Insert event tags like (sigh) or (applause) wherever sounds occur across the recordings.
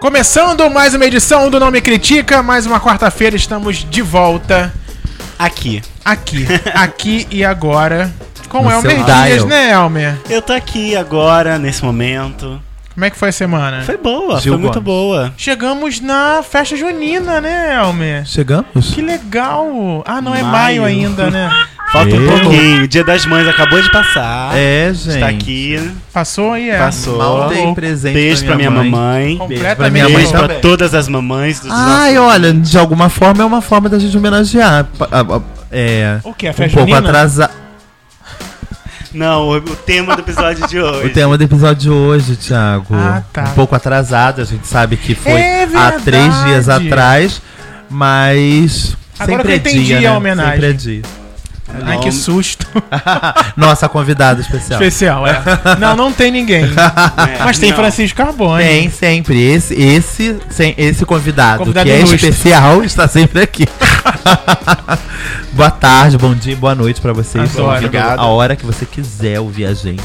Começando mais uma edição do Não Me Critica, mais uma quarta-feira estamos de volta Aqui. (laughs) aqui, aqui e agora com No Elmer seu Dias, dial. né, Elmer? Eu tô aqui agora, nesse momento. Como é que foi a semana? Foi boa, Gil foi muito Gomes. boa. Chegamos na festa junina, né, Elmer? Chegamos? Que legal! Ah, não, é maio Maio. ainda, (laughs) né? Falta um Eu? pouquinho. Dia das Mães acabou de passar. É, gente. Está aqui, Passou aí, é. passou. Mal dei presente Beijo pra minha mamãe. Com- Beijo pra minha Completamente. mãe Beijo pra também. todas as mamães dos Ai, nossos- olha, de alguma forma é uma forma da gente homenagear. Pa- a- a- É. O que, a Um festa pouco junina? atrasado. Não, o, o tema do episódio de hoje. (laughs) O tema do episódio de hoje, Thiago. é. Ah, tá. Um pouco atrasado, a gente sabe que foi É há três verdade. dias atrás, mas. Agora sempre que eu é entendi dia, a né? homenagem. Sempre é dia. Ai, que susto. Nossa convidada (laughs) especial. Especial, é. Não, não tem (laughs) ninguém. né? Mas tem Francisco Carbone. Tem sempre. Esse, esse, sem, esse convidado, Convidado que é ilustre. especial (laughs) está sempre aqui. boa tarde, bom dia, boa noite pra vocês. Adoro. Então, Obrigado. A hora que você quiser ouvir a gente.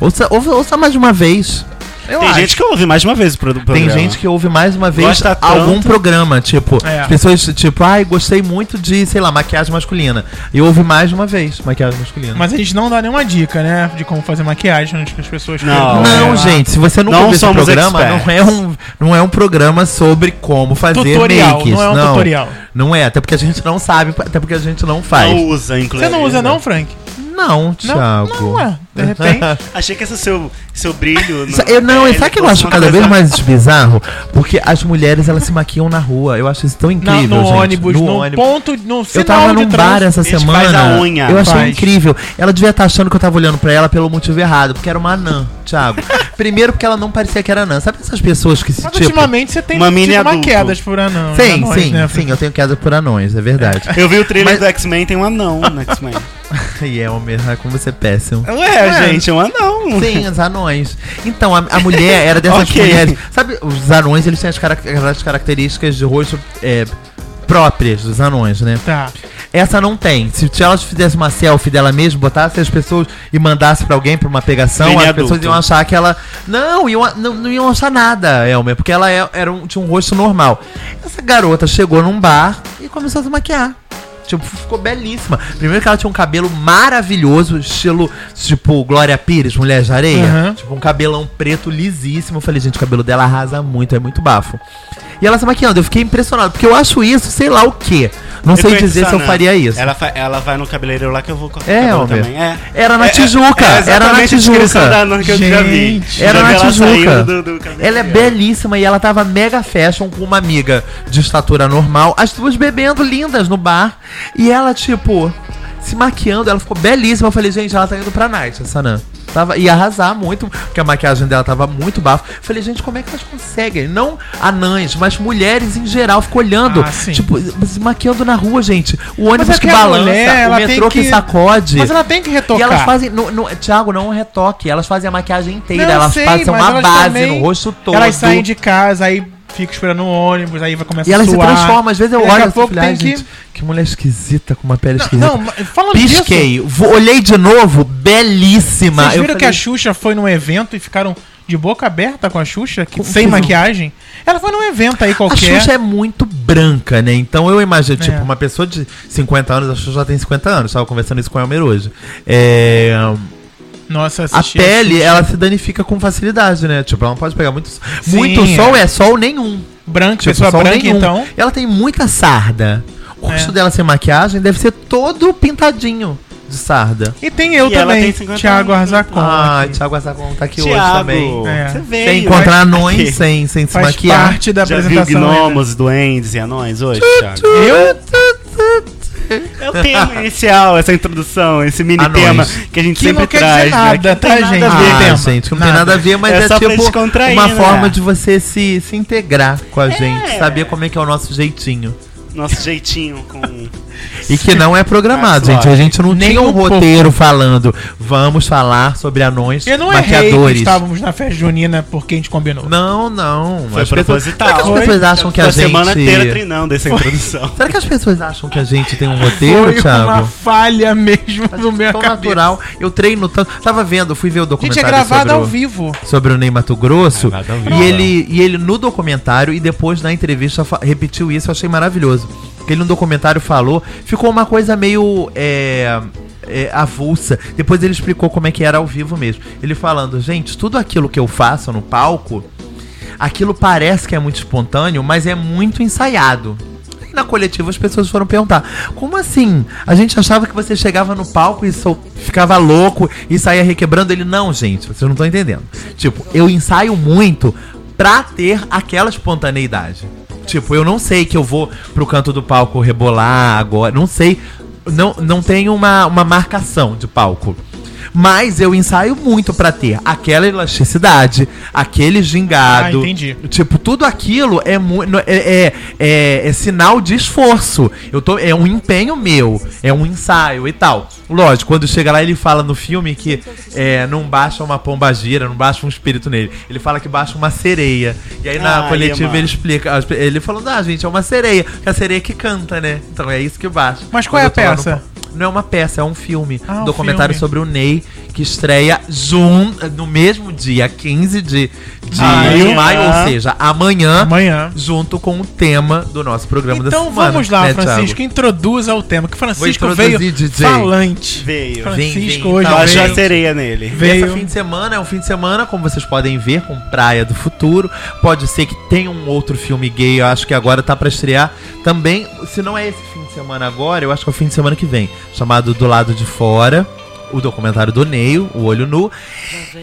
Ouça, ouça, ouça mais de uma vez. Eu Tem acho. gente que ouve mais de uma vez o pro do programa. Tem gente que ouve mais uma vez Gosta tanto. algum programa, tipo, É. as pessoas, tipo, ai, gostei muito de, sei lá, maquiagem masculina. E ouve mais de uma vez maquiagem masculina. Mas a gente não dá nenhuma dica, né? De como fazer maquiagem antes que as pessoas Não. perguntem, Não, é né? gente, se você nunca Não viu esse somos programa, experts. não é, um, não é um programa sobre como fazer Tutorial, makes. não é um tutorial. Não é, até porque a gente não sabe, até porque a gente não faz. não usa, inclusive. Você não usa, não, Frank? Não, Não, Thiago. não, ué. De (laughs) repente. Achei que esse seu, seu brilho. é, Sa- Eu, não, e sabe o que eu acho cada vez mais bizarro? Porque as mulheres, elas se maquiam na rua. Eu acho isso tão na- incrível, no gente. ônibus, no, ponto, no sinal Eu tava de num bar assim, trânsito. essa Eles semana. fazem a unha. Eu achei Faz. incrível. Ela devia estar achando que eu tava olhando pra ela pelo motivo errado, porque era uma anã, Thiago. Primeiro porque ela não parecia que era anã. Sabe essas pessoas que se Mas tipo. ultimamente você tem uma mini uma adulto. quedas por anão. Sim, anões, sim, né? sim, eu tenho queda por anões, é verdade. (laughs) Eu vi o trailer Mas- do X-Men, tem um anão no X-Men. e é o mesmo, é como você é péssimo. Ué, É. gente, é um anão. Sim, os anões. Então, a, a mulher era dessas Ok. mulheres. Sabe, os anões, eles têm as, carac- aquelas características de rosto é, próprias dos anões, né? Tá. Essa não tem. Se ela fizesse uma selfie dela mesma, botasse as pessoas e mandasse pra alguém pra uma pegação, Mini as adulto. pessoas iam achar que ela. Não, iam, não, não iam achar nada, Elmer, porque ela é- era um- tinha um rosto normal. Essa garota chegou num bar e começou a se maquiar. Tipo, ficou belíssima. Primeiro que ela tinha um cabelo maravilhoso, estilo, tipo, Glória Pires, Mulher de Areia. Uhum. Tipo, um cabelão preto lisíssimo. Eu falei, gente, o cabelo dela arrasa muito, é muito bafo. E ela se maquiando, eu fiquei impressionado, porque eu acho isso, sei lá o quê. Não sei dizer se eu Sana, faria isso. é Ela, fa- ela vai no cabeleireiro lá que eu vou cortar É, o cabelo Elmer. também. É. Era (laughs) na É, é- Tijuca, é era na exatamente a descrição da Tijuca. Ana que eu já vi. Gente, Já era vi na ela Tijuca. saindo do- do Ela é cabeleireiro. belíssima e ela tava mega fashion com uma amiga de estatura normal, as duas bebendo lindas no bar. E ela, tipo, se maquiando, ela ficou belíssima. Eu falei, gente, ela tá indo pra night, essa Nan. Tava, ia arrasar muito, porque a maquiagem dela tava muito bafo. Eu Falei, gente, como é que elas conseguem? Não anãs, mas mulheres em geral, ficou olhando. Ah, sim. tipo, se maquiando na rua, gente. O é ônibus que que a balança, mulher, o ela tem metrô que... que- sacode. Mas ela tem que retocar. E elas fazem. No, no, Thiago, não é retoque, elas fazem a maquiagem inteira, Não, elas sei, passam mas uma elas base também- no rosto todo. Elas saem de casa, aí fica esperando o ônibus, aí vai começar E elas a se suar. transformam, às vezes eu E olho daqui a assim, pouco falei, "Ai, tem que- gente, que mulher esquisita, com uma pele esquisita. Não, mas falando disso, Pisquei, vo- olhei de novo, belíssima. vocês Eu viram que falei, a Xuxa foi num evento e ficaram de boca aberta com a Xuxa, que- Como sem que não? maquiagem? Ela foi num evento aí a qualquer. Xuxa é muito branca, né? Então eu imagino, É. tipo, uma pessoa de 50 anos, a Xuxa já tem 50 anos, tava conversando isso com o Elmer hoje. É, Nossa, a assisti pele, ela se danifica com facilidade, né? Tipo, ela não pode pegar muito sol. Sim, muito sol é. é sol nenhum. branca, Tipo, pessoa sol branca, nenhum. então. Ela tem muita sarda. O rosto É. dela sem maquiagem deve ser todo pintadinho de sarda. E tem eu E ela também, tem 50 Thiago anos, né? Arzacon. Ah, aqui. Thiago Assagon tá aqui hoje Thiago, também. É. você veio. Sem encontrar Aqui. anões sem, sem se Faz maquiar. parte da Já viu apresentação. gnomos, duendes e anões hoje, Thiago? Eu? É o (laughs) tema inicial, essa introdução, esse mini Anões. tema que a gente Que sempre não quer dizer traz. né? nada, Que não tá, tem gente? nada a ver. Ah, Tema. gente, que não tem Nada. nada a ver, mas É é, só pra tipo descontrair, uma né? forma de você se, se integrar com a gente, saber como é que é o nosso jeitinho. Nosso jeitinho com. E que não é programado, Mas, gente. A gente não Tá Nem tinha um um pouco. roteiro falando, Vamos falar sobre anões Eu não errei que maquiadores. estávamos na festa junina porque a gente combinou. Não, não. Foi As pessoas- proposital. Será que as Foi. pessoas acham que a Ficou semana inteira gente... treinando essa (laughs) introdução. Será que as pessoas acham que a gente tem um Foi uma roteiro, (laughs) Thiago? falha mesmo Mas é no meu tão cabeça. natural. Eu treino tanto. Tava vendo, fui ver o Gente, é documentário gravado sobre, ao o- vivo. sobre o Ney Mato Grosso. É Gravado ao vivo, e, ele, e ele no documentário e depois na entrevista fa- repetiu isso, eu achei maravilhoso. Porque ele no documentário falou, ficou uma coisa meio. É, é, avulsa. Depois ele explicou como é que era ao vivo mesmo. Ele falando, gente, tudo aquilo que eu faço no palco, aquilo parece que é muito espontâneo, mas é muito ensaiado. E Na coletiva as pessoas foram perguntar: como assim? A gente achava que você chegava no palco e sol- ficava louco e saía requebrando ele. Não, gente, vocês não estão entendendo. Tipo, eu ensaio muito pra ter aquela espontaneidade. Tipo, eu não sei que eu vou pro canto do palco rebolar agora, não sei. Não, não tem uma, uma marcação de palco. Mas eu ensaio muito pra ter aquela elasticidade, aquele gingado. Ah, entendi. Tipo, tudo aquilo é, mu- no- é, é, é- é sinal de esforço. Eu tô, é um empenho meu, é um ensaio e tal. Lógico, quando chega lá, ele fala no filme que é, não baixa uma pomba gira, não baixa um espírito nele. Ele fala que baixa uma sereia. E aí na Ah, coletiva Iema. ele explica. Ele falando, ah, gente, é uma sereia. Que a sereia que canta, né? Então é isso que baixa. Mas qual é Quando a eu tô lá no peça? pa- não é uma peça, é um filme. Ah, um documentário filme. sobre o Ney, que estreia jun, no mesmo dia, 15 de, de Amanhã. maio, ou seja, amanhã, Ah, é? Amanhã. junto com o tema do nosso programa da Então semana. vamos lá, né, Thiago? Francisco, introduza o tema. Que Francisco Vou veio introduzir, DJ. falante. Veio. Vem, Francisco vem, hoje então, Baixou veio. a sereia nele. Vem. veio. Esse fim de semana é um fim de semana, como vocês podem ver, com Praia do Futuro. Pode ser que tenha um outro filme gay, eu acho que agora tá pra estrear também. Se não é esse fim de semana agora, eu acho que é o fim de semana que vem. Chamado Do Lado de Fora, o documentário do Neil, O Olho Nu.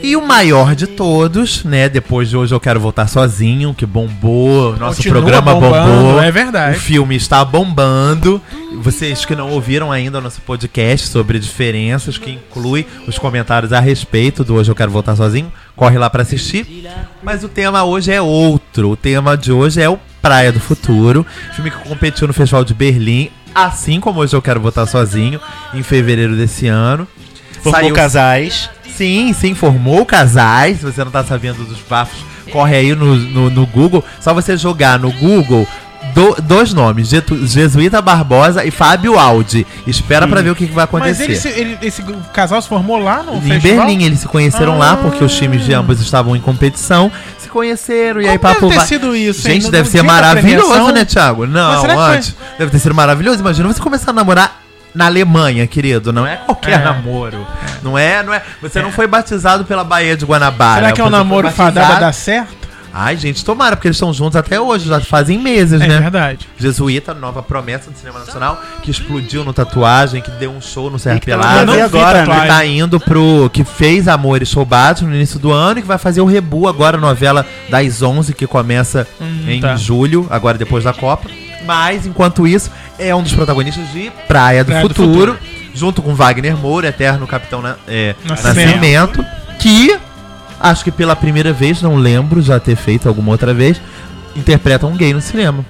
E o maior de todos, né? Depois de hoje eu quero voltar sozinho, que bombou, nosso Continua programa bombando, bombou. é O verdade. filme está bombando. Vocês que não ouviram ainda o nosso podcast sobre diferenças, que inclui os comentários a respeito do Hoje Eu Quero Voltar Sozinho, corre lá para assistir. Mas o tema hoje é outro. O tema de hoje é o Praia do Futuro, filme que competiu no Festival de Berlim, assim como Hoje Eu Quero Voltar Sozinho, em fevereiro desse ano. Formou Saiu- casais. Sim, sim, formou casais. Se você não tá sabendo dos bafos, corre aí no, no, no Google. Só você jogar no Google do- dois nomes, Jetu- Jesuíta Barbosa e Fábio Aldi. Espera pra ver o que, que vai Mas acontecer. ele se- ele- esse casal se formou lá no Em festival? Berlim, eles se conheceram Ah. lá porque os times de ambos estavam em competição. Se conheceram e aí Como deve papo ter vai. sido isso, hein? Gente, No- deve no ser dia da maravilhoso, premiação? né, Thiago? Não, será que foi- antes. Deve ter sido maravilhoso. Imagina você começar a namorar na Alemanha, querido. Não é qualquer É. namoro. Não é, não é. Você não foi batizado pela Baía de Guanabara. Será que é um Você foi namoro batizado- fadado a dar certo? Ai, gente, tomara, porque eles estão juntos até hoje, já fazem meses, É né? verdade. Jesuíta, nova promessa do cinema nacional, que explodiu no tatuagem, que deu um show no Serra que tá na Pelada. TV vi agora, né? tatuagem. Ele tá indo pro. que fez Amores Roubados no início do ano e que vai fazer o Rebu agora, a novela das 11, que começa em tá. julho, agora depois da Copa. Mas, enquanto isso, é um dos protagonistas de Praia do, Praia do Futuro, junto com Wagner Moura, eterno capitão na, é, Nascimento. Nascimento, que acho que pela primeira vez, não lembro já ter feito alguma outra vez, interpreta um gay no cinema.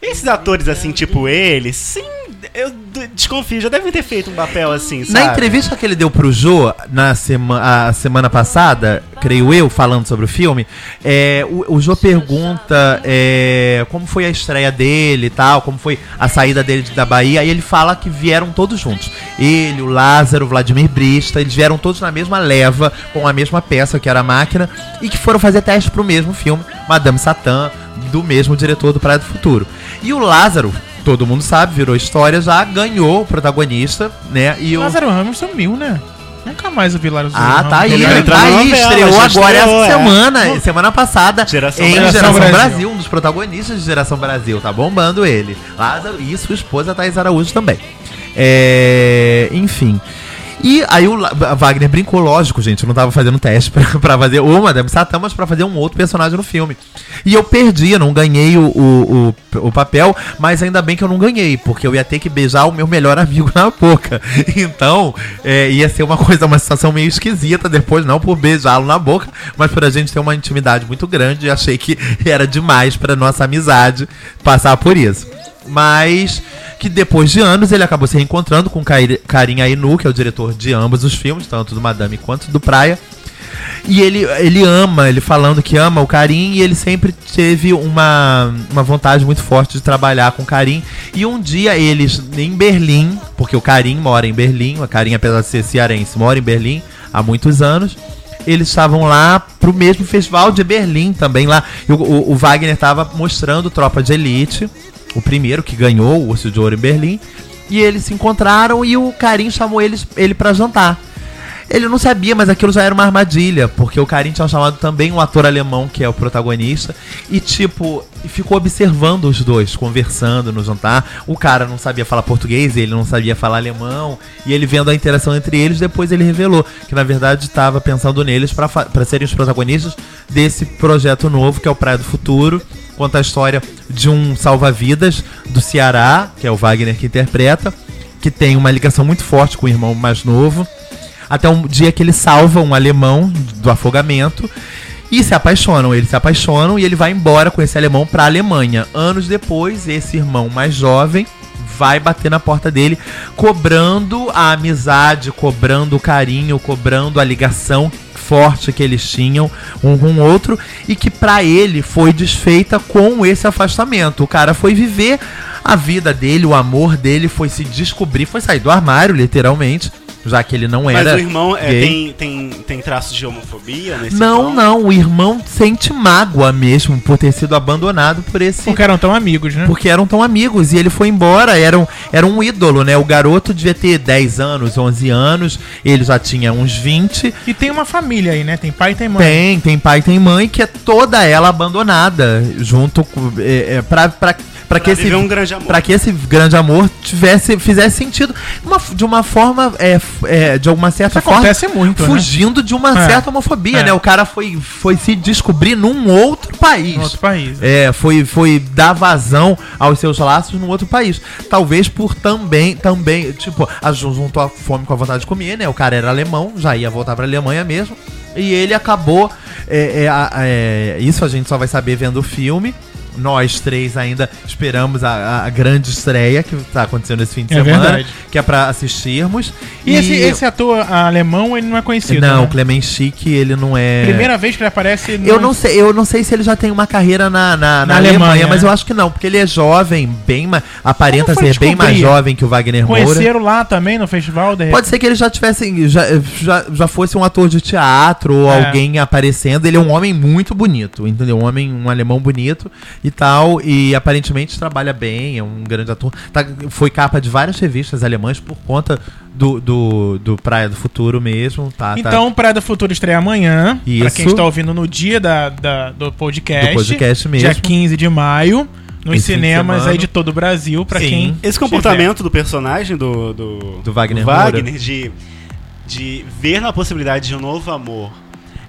Esses atores, assim, tipo ele, sim, eu d- desconfio, já devem ter feito um papel assim, sabe? Na entrevista que ele deu pro Jô na sema a semana passada, creio eu, falando sobre o filme, é, o, o Jô pergunta é, como foi a estreia dele e tal, como foi a saída dele de- da Bahia, e ele fala que vieram todos juntos. Ele, o Lázaro, o Vladimir Brista, eles vieram todos na mesma leva, com a mesma peça que era a máquina, e que foram fazer teste pro mesmo filme, Madame Satã, do mesmo diretor do Praia do Futuro. E o Lázaro. Todo mundo sabe, virou história já, ganhou o protagonista, né? E o- Lázaro Ramos sumiu, né? Nunca mais ouvi Lázaro ah, Ramos. tá aí, Ele Ele- entrou tá na aí, novela, estreou já agora estreou, essa é. semana, semana passada, Geração em Brasil. Geração Brasil. Brasil. um dos protagonistas de Geração Brasil, tá bombando ele. Lázaro e sua esposa Thais Araújo também. É, enfim. E aí o La- Wagner brincou, lógico, gente, eu não tava fazendo teste (laughs) pra, pra fazer o Madame Satã, mas pra fazer um outro personagem no filme. E eu perdi, eu não ganhei o, o, o, o papel, mas ainda bem que eu não ganhei, porque eu ia ter que beijar o meu melhor amigo na boca. (laughs) Então, é, ia ser uma coisa, uma situação meio esquisita depois, não por beijá-lo na boca, mas por a gente ter uma (laughs) intimidade muito grande. E achei que era demais pra nossa amizade passar por isso. Mas que depois de anos ele acabou se reencontrando com Kair- Karim Ainu, que é o diretor de ambos os filmes, tanto do Madame quanto do Praia. E ele, ele ama, ele falando que ama o Karim, e ele sempre teve uma, uma vontade muito forte de trabalhar com o Karim. E um dia eles, em Berlim, porque o Karim mora em Berlim, o Karim, apesar de ser cearense, mora em Berlim há muitos anos. Eles estavam lá pro mesmo festival de Berlim também lá. E o, o- o Wagner tava mostrando Tropa de Elite, o primeiro que ganhou o Urso de Ouro em Berlim. E eles se encontraram e o Karim chamou eles, ele para jantar. Ele não sabia, mas aquilo já era uma armadilha, porque o Karim tinha chamado também um ator alemão, que é o protagonista, e tipo, ficou observando os dois, conversando no jantar. O cara não sabia falar português, ele não sabia falar alemão, e ele vendo a interação entre eles, depois ele revelou que na verdade estava pensando neles para fa- para serem os protagonistas desse projeto novo, que é o Praia do Futuro. Conta a história de um salva-vidas do Ceará, que é o Wagner que interpreta, que tem uma ligação muito forte com o irmão mais novo. Até um dia que ele salva um alemão do afogamento. E se apaixonam, eles se apaixonam e ele vai embora com esse alemão pra Alemanha. Anos depois, esse irmão mais jovem vai bater na porta dele, cobrando a amizade, cobrando o carinho, cobrando a ligação forte que eles tinham um com o outro e que pra ele foi desfeita com esse afastamento. O cara foi viver a vida dele, o amor dele, foi se descobrir, foi sair do armário, literalmente, já que ele não Mas era. o irmão é, gay. tem, tem, tem traços de homofobia nesse Não, irmão? não, o irmão sente mágoa mesmo por ter sido abandonado por esse um Porque eram tão amigos, né? porque eram tão amigos e ele foi embora, era um, era um ídolo, né? O garoto devia ter 10 anos, 11 anos, ele já tinha uns 20. E tem uma família aí, né? Tem pai e tem mãe. Tem, tem pai, tem mãe, que é toda ela abandonada, junto com. É, é, pra, pra, pra que Pra esse. viver um grande amor. Pra que esse grande amor tivesse, fizesse sentido Uma- de uma forma, é, f- é, de alguma certa Isso forma. acontece muito, né? Fugindo de uma É. certa homofobia, É. né? O cara foi, foi se descobrir num outro país. Em outro país. né? É, foi, foi dar vazão aos seus laços num outro país. Talvez por também, também, tipo, a, ju- juntou a fome com a vontade de comer, né? O cara era alemão, já ia voltar pra Alemanha mesmo. E ele acabou. é, é, a- é, isso a gente só vai saber vendo o filme. Nós três ainda esperamos a, a- a grande estreia que tá acontecendo esse fim de É semana, verdade. que é pra assistirmos. E, assim, Esse, esse ator alemão, ele não é conhecido. É, não, né? Clement Schick, ele não é. Primeira vez que ele aparece. no- Eu não sei, eu não sei se ele já tem uma carreira na, na, na Na Alemanha, Alemanha, mas né? eu acho que não, porque ele é jovem, bem ma- aparenta Como foi ser bem descobrir? mais jovem que o Wagner Moura. Conheceram lá também no festival. De... Pode ser que ele já tivesse, já, já, já fosse um ator de teatro ou É. alguém aparecendo. Ele é um homem muito bonito, entendeu? Um homem, um alemão bonito e tal. E aparentemente trabalha bem, é um grande ator. Tá- foi capa de várias revistas alemãs por conta do, do, do Praia do Futuro mesmo. Tá, tá- Então, Praia do Futuro estreia amanhã. Pra Isso. quem está ouvindo no dia da, da- do podcast. do podcast mesmo. Dia 15 de maio. Nos Esse fim de cinemas semana. aí de todo o Brasil. Pra Sim. quem. Esse comportamento do personagem do, do, Do Wagner Wagner de, de ver na possibilidade de um novo amor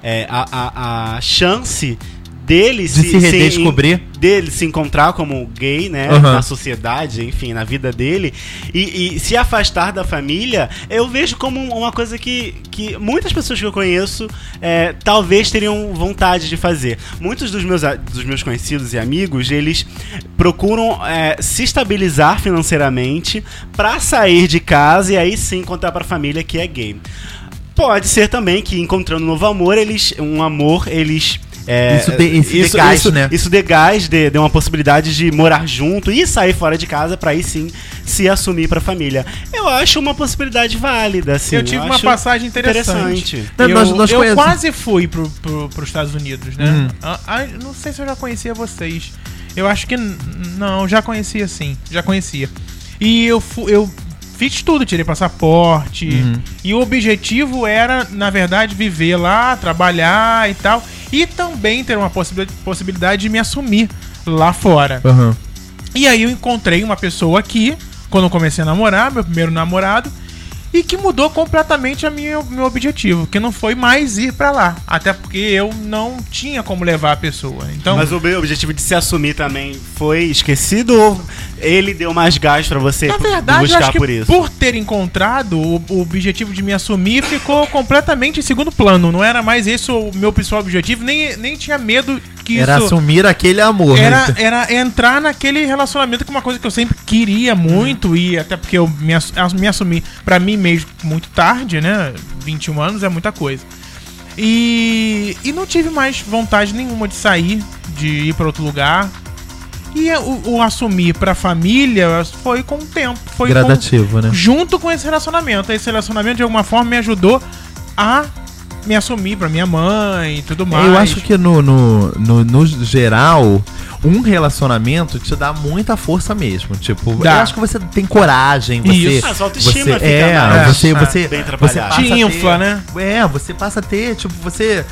é, a, a, a chance dele de se redescobrir. dele se encontrar como gay, né, Aham. na sociedade, enfim, na vida dele, e, e se afastar da família, eu vejo como um- uma coisa que, que muitas pessoas que eu conheço é, talvez teriam vontade de fazer. Muitos dos meus, a- dos meus conhecidos e amigos, eles procuram é, se estabilizar financeiramente pra sair de casa e aí sim contar pra família que é gay. Pode ser também que encontrando um novo amor, eles. Um amor, eles. é, Isso dê- esse dê gás, isso- né? isso dê gás, dê, dê uma possibilidade de morar junto e sair fora de casa pra aí sim se assumir pra família. Eu acho uma possibilidade válida, assim. eu tive uma acho passagem interessante. Então- Não, eu nós- nós eu conhecemos. quase fui pro, pro, pros Estados Unidos, né? Hum. Ah, ah, não sei se eu já conhecia vocês. Eu acho que. n- Não, já conhecia sim. Já conhecia. E eu, fu- eu fiz tudo, tirei passaporte. Uhum. E o objetivo era, na verdade, viver lá, trabalhar e tal. E também ter uma possibi- possibilidade de me assumir lá fora. Aham. E aí eu encontrei uma pessoa aqui, quando eu comecei a namorar, meu primeiro namorado, e que mudou completamente a minha, meu objetivo, que não foi mais ir pra lá, até porque eu não tinha como levar a pessoa. Então, Mas o meu objetivo de se assumir também foi esquecido ou ele deu mais gás pra você na bu- verdade, eu buscar acho que por por, isso? ter encontrado o, o objetivo de me assumir ficou completamente em segundo plano. Não era mais esse o meu principal objetivo, nem, nem tinha medo que Era isso assumir aquele amor. era, né? era entrar naquele relacionamento com uma coisa que eu sempre queria muito e até porque eu me, ass- ass- me assumi pra mim mesmo muito tarde, né? 21 anos é muita coisa. E, e não tive mais vontade nenhuma de sair, de ir pra outro lugar. E o, o assumir pra família foi com o tempo, foi com, Gradativo, né? junto com esse relacionamento. Esse relacionamento de alguma forma me ajudou a me assumir pra minha mãe e tudo mais. Eu acho que no, no, no, no geral, um relacionamento te dá muita força mesmo. Tipo, Dá. eu acho que você tem coragem, você. Isso. Ah, sua autoestima você, fica é, mais, você, é, você, bem você trabalhada. passa Te infla, a ter, né? É, você passa a ter, tipo, você.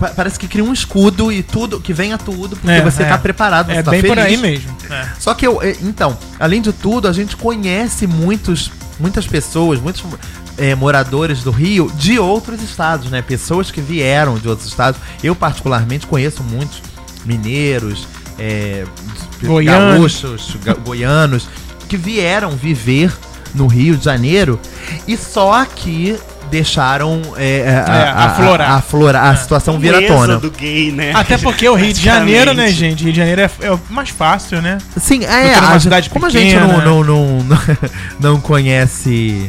pa- Parece que cria um escudo e tudo, que venha tudo, porque É, você é. tá preparado, você é tá bem feliz. por aí mesmo. É. Só que eu, eh, então, além de tudo, a gente conhece muitos, muitas pessoas, muitos eh, moradores do Rio de outros estados, né? Pessoas que vieram de outros estados. Eu, particularmente, conheço muitos mineiros, eh, Goianos. gaúchos, ga- goianos, que vieram viver no Rio de Janeiro e só aqui deixaram eh, a, É, a- a- aflorar. É. a, aflorar, a situação vir à Proeza Então tona. do gay, né? (laughs) Até porque o Rio de Praticamente. Janeiro, né, gente? Rio de Janeiro é, é o mais fácil, né? Sim, Do é. que numa a- cidade como a pequena. né? gente não, não, não, (laughs) não conhece.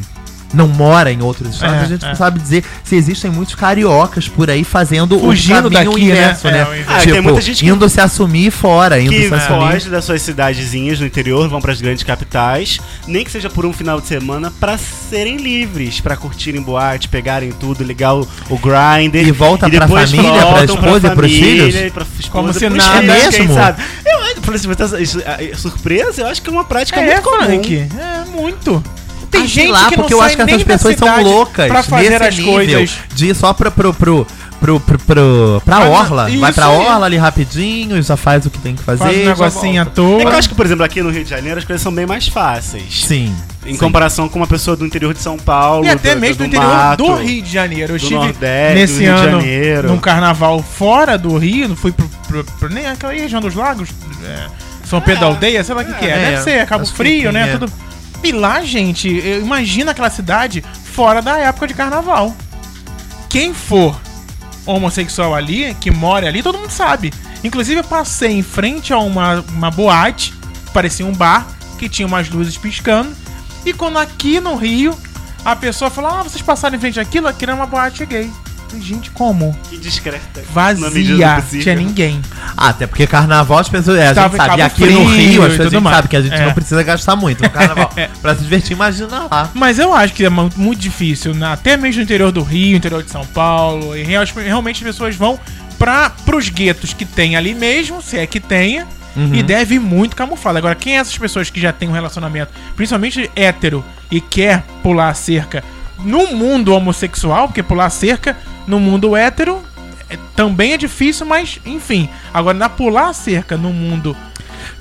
Não mora em outros estados, É, a gente é. não sabe dizer se existem muitos cariocas por aí fazendo Fugindo o caminho daqui, né? inverso, É, né? o inverso. Ah, tem muita gente que- indo se assumir fora, indo que se assumir. foge das suas cidadezinhas no interior, vão pras grandes capitais, nem que seja por um final de semana, pra serem livres, pra curtirem boate, pegarem tudo, ligar o, o grinder. E volta Tá pra depois família, pra voltam esposa e pros família, filhos? pra esposa, Como se pros nada- filhos, É quem mesmo? sabe? Eu acho, por exemplo, tá- isso, é, é, surpresa, eu acho que é uma prática muito comum. Frank. É muito. Tem Ah, sei gente lá, que não porque eu sai acho que essas nem da pessoas são cidade loucas pra fazer nesse as nível coisas. de ir só pra, pro, pro, pro, pro, pro- pra Ah, orla. isso Vai pra aí. orla ali rapidinho, já faz o que tem que fazer. Faz um já negocinho à volta. toa. É que eu acho que, por exemplo, aqui no Rio de Janeiro as coisas são bem mais fáceis. Sim. Em sim. comparação com uma pessoa do interior de São Paulo. E até do, mesmo do, do, interior mato, do Rio de Janeiro. Eu do estive Nordeste, nesse do Rio de ano Janeiro. num carnaval fora do Rio, fui pro, pro- pro- nem aquela região dos lagos, é, São Pedro da Aldeia, sei lá o que, que é. é, Deve ser, Cabo acho que Frio, tem, né? é. Tudo. E lá, gente, eu- imagina aquela cidade fora da época de carnaval. Quem for homossexual ali, que mora ali, todo mundo sabe. Inclusive, eu passei em frente a uma, uma boate, parecia um bar, que tinha umas luzes piscando. E quando aqui no Rio, a pessoa fala: Ah, vocês passaram em frente àquilo, aquilo é uma boate gay. Falei, Gente, como? Que discreta. na medida Vazia, do não possível. tinha ninguém. Ah, até porque carnaval as pessoas. É, a Tava em gente sabe. E Cabo aqui Frio no e Rio, as pessoas tudo a gente mais. sabe que a gente É. não precisa gastar (laughs) muito no carnaval. pra se divertir, imagina lá. Mas eu acho que é mu- muito difícil, né? até mesmo no interior do Rio, interior de São Paulo, e real- realmente as pessoas vão para pros guetos que tem ali mesmo, se é que tenha, Uhum. e deve ir muito camuflado. Agora, quem é essas pessoas que já tem um relacionamento, principalmente hétero, e quer pular a cerca no mundo homossexual, porque pular a cerca no mundo hétero é- também é difícil, mas enfim. Agora, na pular a cerca no mundo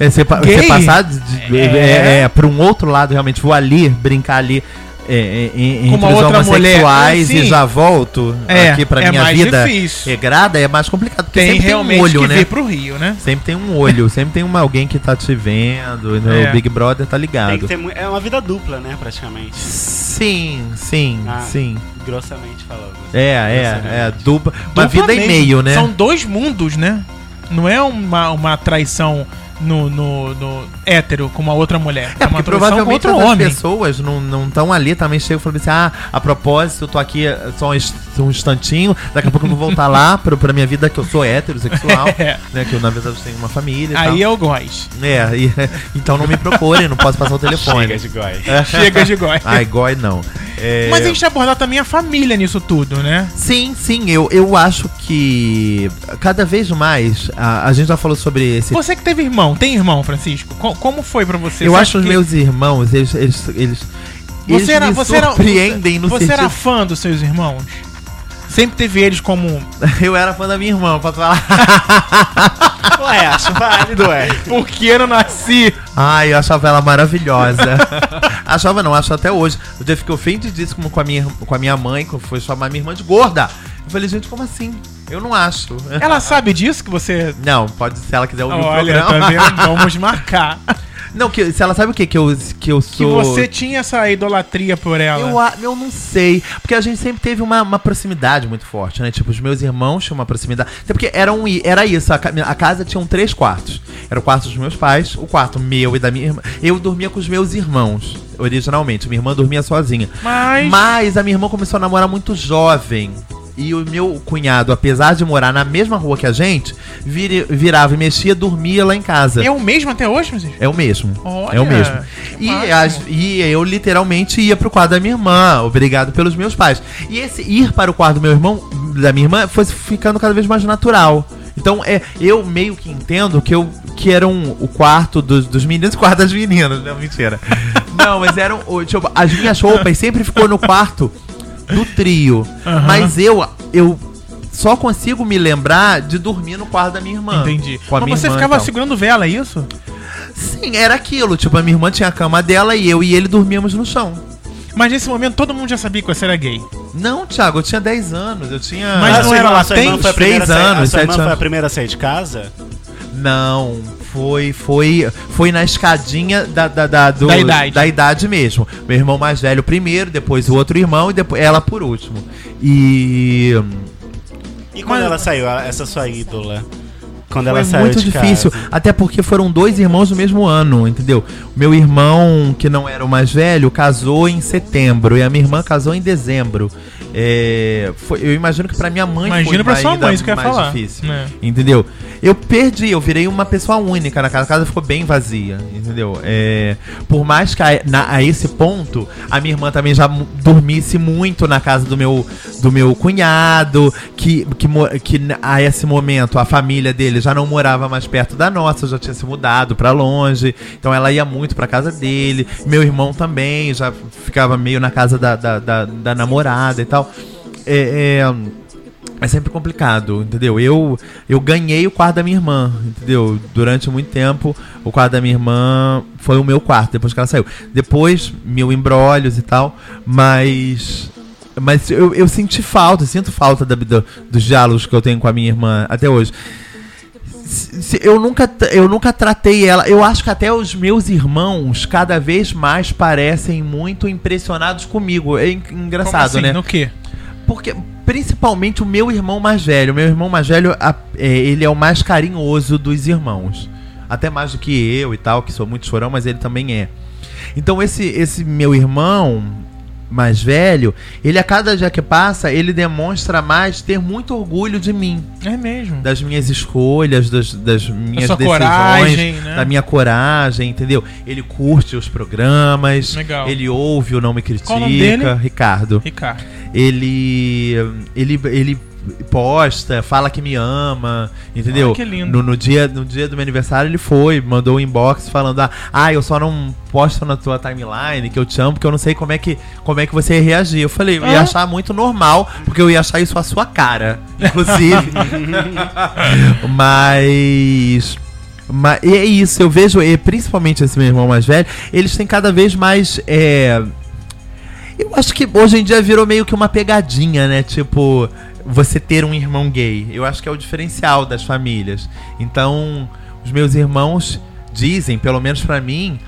É, você, pa- Gay? você passar de, de- É. é, é, pra um outro lado, realmente, vou ali, brincar ali. É, é, em- Com entre uma os outra homossexuais mulher, e sim. já volto É, aqui pra é minha mais vida difícil. regrada, é mais complicado. Porque tem sempre tem realmente um olho, que né? vir pro Rio, né? Sempre tem um olho, sempre tem uma, alguém que tá te vendo, né? É. o Big Brother tá Tem que ligado. ter mu- é uma vida dupla, né, praticamente. Sim, sim, Ah. sim. Grossamente falando. É, é, é. Grossamente. Dupla, uma vida e Duplamente. meio, né? São dois mundos, né? Não é uma, uma traição no, no, no hétero com uma outra mulher. É, uma traição porque com provavelmente outro outras homem. pessoas não estão ali, também chegam falando assim, ah, a propósito, eu tô aqui só um, inst- um instantinho, daqui a pouco eu vou voltar lá pro, pra minha vida que eu sou heterossexual, (laughs) (laughs) É. né, que eu na verdade tenho uma família e Aí tal. eu (laughs) gosto. É, e- então não me procurem, não posso passar o Chega telefone. É. de goi. Chega de gosto. Ai, goi não. É, Mas a gente abordar também a família nisso tudo, né? Sim, sim, eu, eu acho que cada vez mais, a, a gente já falou sobre esse Você que teve irmão, tem irmão, Francisco? Co- como foi pra você? Eu Você acho que acha os que meus irmãos, eles. eles, eles eles Você era, me você era, um- surpreendem no você sentido. (laughs) era fã dos seus irmãos? Sempre teve eles como. um (laughs) Eu era fã da minha irmã, posso falar. Ué, acho válido, é. Porque eu não nasci. Ai, eu achava ela maravilhosa. (laughs) achava não, acho até hoje. O dia eu fiquei ofendidíssimo com a minha, irm- com a minha mãe, que foi chamar minha irmã de gorda. Eu falei, gente, como assim? Eu não acho. (laughs) Ela sabe disso que você. Não, pode se ela quiser ouvir É o Olha, tá programa. vendo? Vamos marcar. Não, que, se ela sabe o quê? Que eu, que eu Que sou. você tinha essa idolatria por ela. Eu, a- eu não sei. Porque a gente sempre teve uma, uma proximidade muito forte, né? Tipo, os meus irmãos tinham uma proximidade. Até porque era, um, i- era isso. A, ca- a casa tinha um três quartos. Era o quarto dos meus pais, o quarto meu e da minha irmã. Eu dormia com os meus irmãos, originalmente. Minha irmã dormia sozinha. Mas- Mas a minha irmã começou a namorar muito jovem. E o meu cunhado, apesar de morar na mesma rua que a gente, vire- virava e mexia, dormia lá em casa. É o mesmo até hoje, mas É o mesmo. Olha, é o mesmo. que E, máximo. as- e eu literalmente ia pro quarto da minha irmã, obrigado pelos meus pais. E esse ir para o quarto do meu irmão, da minha irmã, foi ficando cada vez mais natural. Então, é, eu meio que entendo que, eu, que era um- o quarto dos, dos meninos e o quarto das meninas. Não, (laughs) mentira. Não, mas eram. o- Tipo, as minhas roupas sempre ficou no quarto do trio. Aham. Mas eu, eu só consigo me lembrar de dormir no quarto da minha irmã. entendi. Com a minha Mas você irmã, ficava então. segurando vela, é isso? Sim, era aquilo. Tipo, a minha irmã tinha a cama dela e eu e ele dormíamos no chão. Mas nesse momento todo mundo já sabia que você era gay. Não, Thiago, eu tinha 10 anos, eu tinha. Mas Ah, não sua era irmã- sua irmã latente? foi a primeira Seis a sair- anos, a sua irmã sete foi a anos. primeira a sair de casa? Não, foi, foi, foi na escadinha da, da, da, do- Da idade. idade mesmo. Meu irmão mais velho primeiro, depois o outro irmão e depois ela por último. E E quando Mas- ela saiu, a- essa sua ídola? Quando ela foi saiu muito de difícil, casa? até porque foram dois irmãos no mesmo ano, entendeu? O Meu irmão, que não era o mais velho, casou em setembro e a minha irmã casou em dezembro. É, foi- eu imagino que pra minha mãe Imagino pra mais- sua ainda mãe, isso que eu ia mais falar. difícil. É. Entendeu? Eu perdi, eu virei uma pessoa única na casa. A casa ficou bem vazia, entendeu? É, por mais que a, na- a esse ponto, a minha irmã também já mu- dormisse muito na casa do meu, do meu cunhado, que, que, mo- que n- a esse momento a família dele já não morava mais perto da nossa, já tinha se mudado pra longe. Então ela ia muito pra casa dele. Meu irmão também já ficava meio na casa da, da, da- da namorada e tal. É, é, é sempre complicado, entendeu? Eu eu ganhei o quarto da minha irmã, entendeu? Durante muito tempo, o quarto da minha irmã foi o meu quarto depois que ela saiu. Depois, mil embrólios e tal, mas mas eu, eu senti falta, sinto falta da- do- dos diálogos que eu tenho com a minha irmã até hoje. Se- se- eu nunca tra- eu nunca tratei ela. Eu acho que até os meus irmãos cada vez mais parecem muito impressionados comigo. É en- engraçado, Como assim? né? No quê? Porque, principalmente, o meu irmão mais velho. O meu irmão mais velho, a- é, ele é o mais carinhoso dos irmãos. Até mais do que eu e tal, que sou muito chorão, mas ele também é. Então, esse, esse meu irmão mais velho, ele a cada dia que passa, ele demonstra mais ter muito orgulho de mim. É mesmo. Das minhas escolhas, das, das minhas sua decisões, coragem, né? da minha coragem, entendeu? Ele curte os programas, Legal. ele ouve o Não Me Critica. Qual o nome dele? Ricardo Ricardo. ele ele ele posta, fala que me ama, entendeu? Ai, que lindo. No, no dia no dia do meu aniversário ele foi, mandou um inbox falando: "Ah, "Ah, eu só não posto na tua timeline que eu te amo, porque eu não sei como é que como é que você ia reagir". Eu falei: "Eu ia Ah. achar muito normal, porque eu ia achar isso a sua cara, (laughs) inclusive". Mas mas e é isso, eu vejo, e principalmente esse meu irmão mais velho, eles têm cada vez mais é, eu acho que hoje em dia virou meio que uma pegadinha, né? Tipo, você ter um irmão gay. Eu acho que é o diferencial das famílias. Então, os meus irmãos dizem, pelo menos pra mim,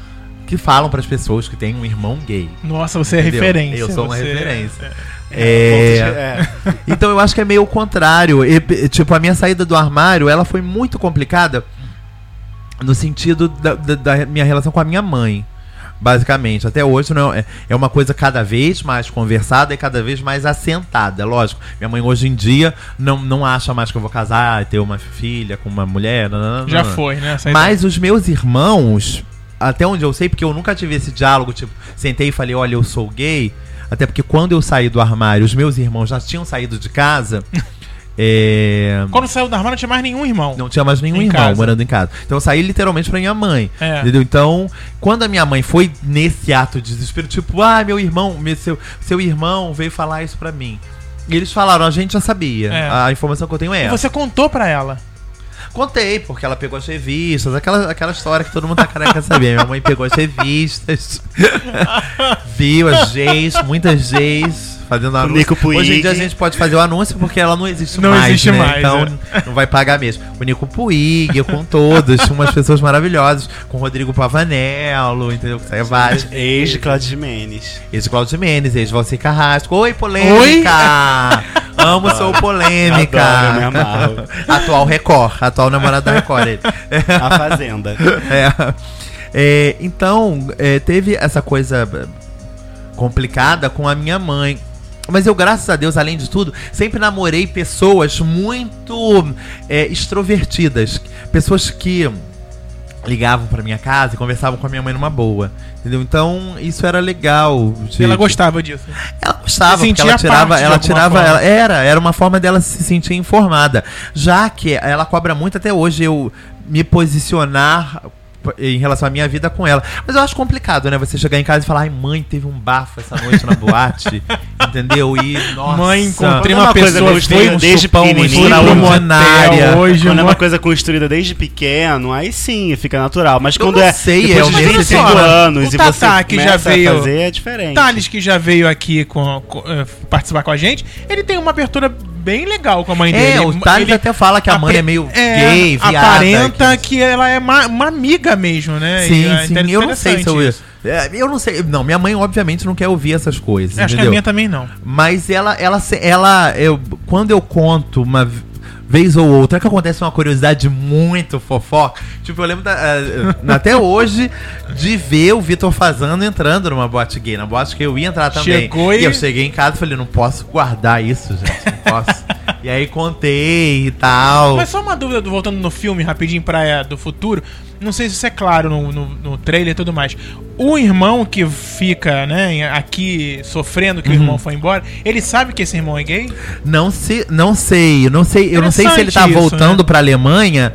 que falam pras pessoas que tem um irmão gay. Nossa, você é Entendeu? referência. Eu sou uma você- referência. É, É, então eu acho que é meio o contrário. E, p- tipo, a minha saída do armário, ela foi muito complicada no sentido da, da- da minha relação com a minha mãe. Basicamente, até hoje não é, é uma coisa cada vez mais conversada e cada vez mais assentada, lógico. Minha mãe hoje em dia não, não acha mais que eu vou casar e ter uma filha com uma mulher. nananana. Já foi, né? Essa Mas os meus irmãos, até onde eu sei, porque eu nunca tive esse diálogo, tipo, sentei e falei, olha, eu sou gay. Até porque quando eu saí do armário, os meus irmãos já tinham saído de (laughs) casa. é, ideia. Quando saiu da armário não tinha mais nenhum irmão. Não tinha mais nenhum Em irmão casa. morando em casa. Então eu saí literalmente pra minha mãe. É. Entendeu? Então, quando a minha mãe foi nesse ato de desespero, tipo, ah, meu irmão, meu- seu, seu irmão veio falar isso pra mim. E eles falaram, a gente já sabia. É. A informação que eu tenho é E essa. Você contou pra ela. Contei, porque ela pegou as revistas, aquela, aquela história que todo mundo tá careca de saber. Minha (laughs) mãe pegou as revistas, viu as gays, muitas gays, fazendo anúncio. Nico Puig. Hoje em dia a gente pode fazer o anúncio porque ela não existe Não mais. existe né? mais, é. Então não vai pagar mesmo. O Nico Puig, eu com todos, tinha umas pessoas maravilhosas, com o Rodrigo Pavanello, entendeu? Que saia vários. é, Ex de Cláudio Jimenez. Ex Claudio Jimenez, ex Valci Carrasco. Oi, polêmica! Amo sou polêmica. Adoro, né? me amarro. atual Record, atual namorada da Record. ele. A Fazenda. É. É, então, é, teve essa coisa é, complicada com a minha mãe. Mas eu, graças a Deus, além de tudo, sempre namorei pessoas muito é, extrovertidas. Pessoas que ligavam pra minha casa e conversavam com a minha mãe numa boa. Entendeu? Então, isso era legal. de- Ela gostava disso. ela gostava, Se porque sentia ela tirava, parte de ela alguma tirava, forma. ela- era, era uma forma dela se sentir informada. Já que ela cobra muito até hoje eu me posicionar em relação à minha vida com ela. Mas eu acho complicado, né? Você chegar em casa e falar, ai, mãe, teve um bafo essa noite na (laughs) boate, entendeu? E, nossa... Mãe, encontrei Quando é uma uma coisa pessoa, que eu foi um desde chupão, pequenininho, fui pra um pulmonária. hotel hoje, Quando é uma- uma coisa construída desde pequeno, aí sim, fica natural. Mas Eu quando não é sei, depois eu de vejo 25 esse cara. anos O e Tatá você que começa já veio- Tá, a fazer, é diferente. Thales, que já veio aqui com- com- eh, participar com a gente, ele tem uma abertura bem legal com a mãe um dele. É, o Thales Ele até fala que a mãe apre- é meio é, gay, viada. Aparenta que ela é ma- uma amiga mesmo, né? E Sim, é sim, eu não sei se eu... interessante isso. É, Eu não sei... Não, minha mãe obviamente não quer ouvir essas coisas, É, Acho que a entendeu? minha também não. Mas ela, ela, se- ela eu, quando eu conto uma v- vez ou outra, é que acontece uma curiosidade muito fofoca. Tipo, eu lembro da- eh, até hoje de ver o Vitor Fazano entrando numa boate gay, na boate que eu ia entrar também. Chegou e- eu cheguei em casa e falei, não posso guardar isso, gente, não posso. e aí contei e tal. Mas só uma dúvida, do- voltando no filme rapidinho, Praia do Futuro. Não sei se isso é claro no, no, no trailer e tudo mais. O irmão que fica, né, em- aqui sofrendo Uhum. que o irmão foi embora, ele sabe que esse irmão é gay? Não se, não sei, eu não sei, eu não sei se ele tá Interessante isso, voltando né? pra Alemanha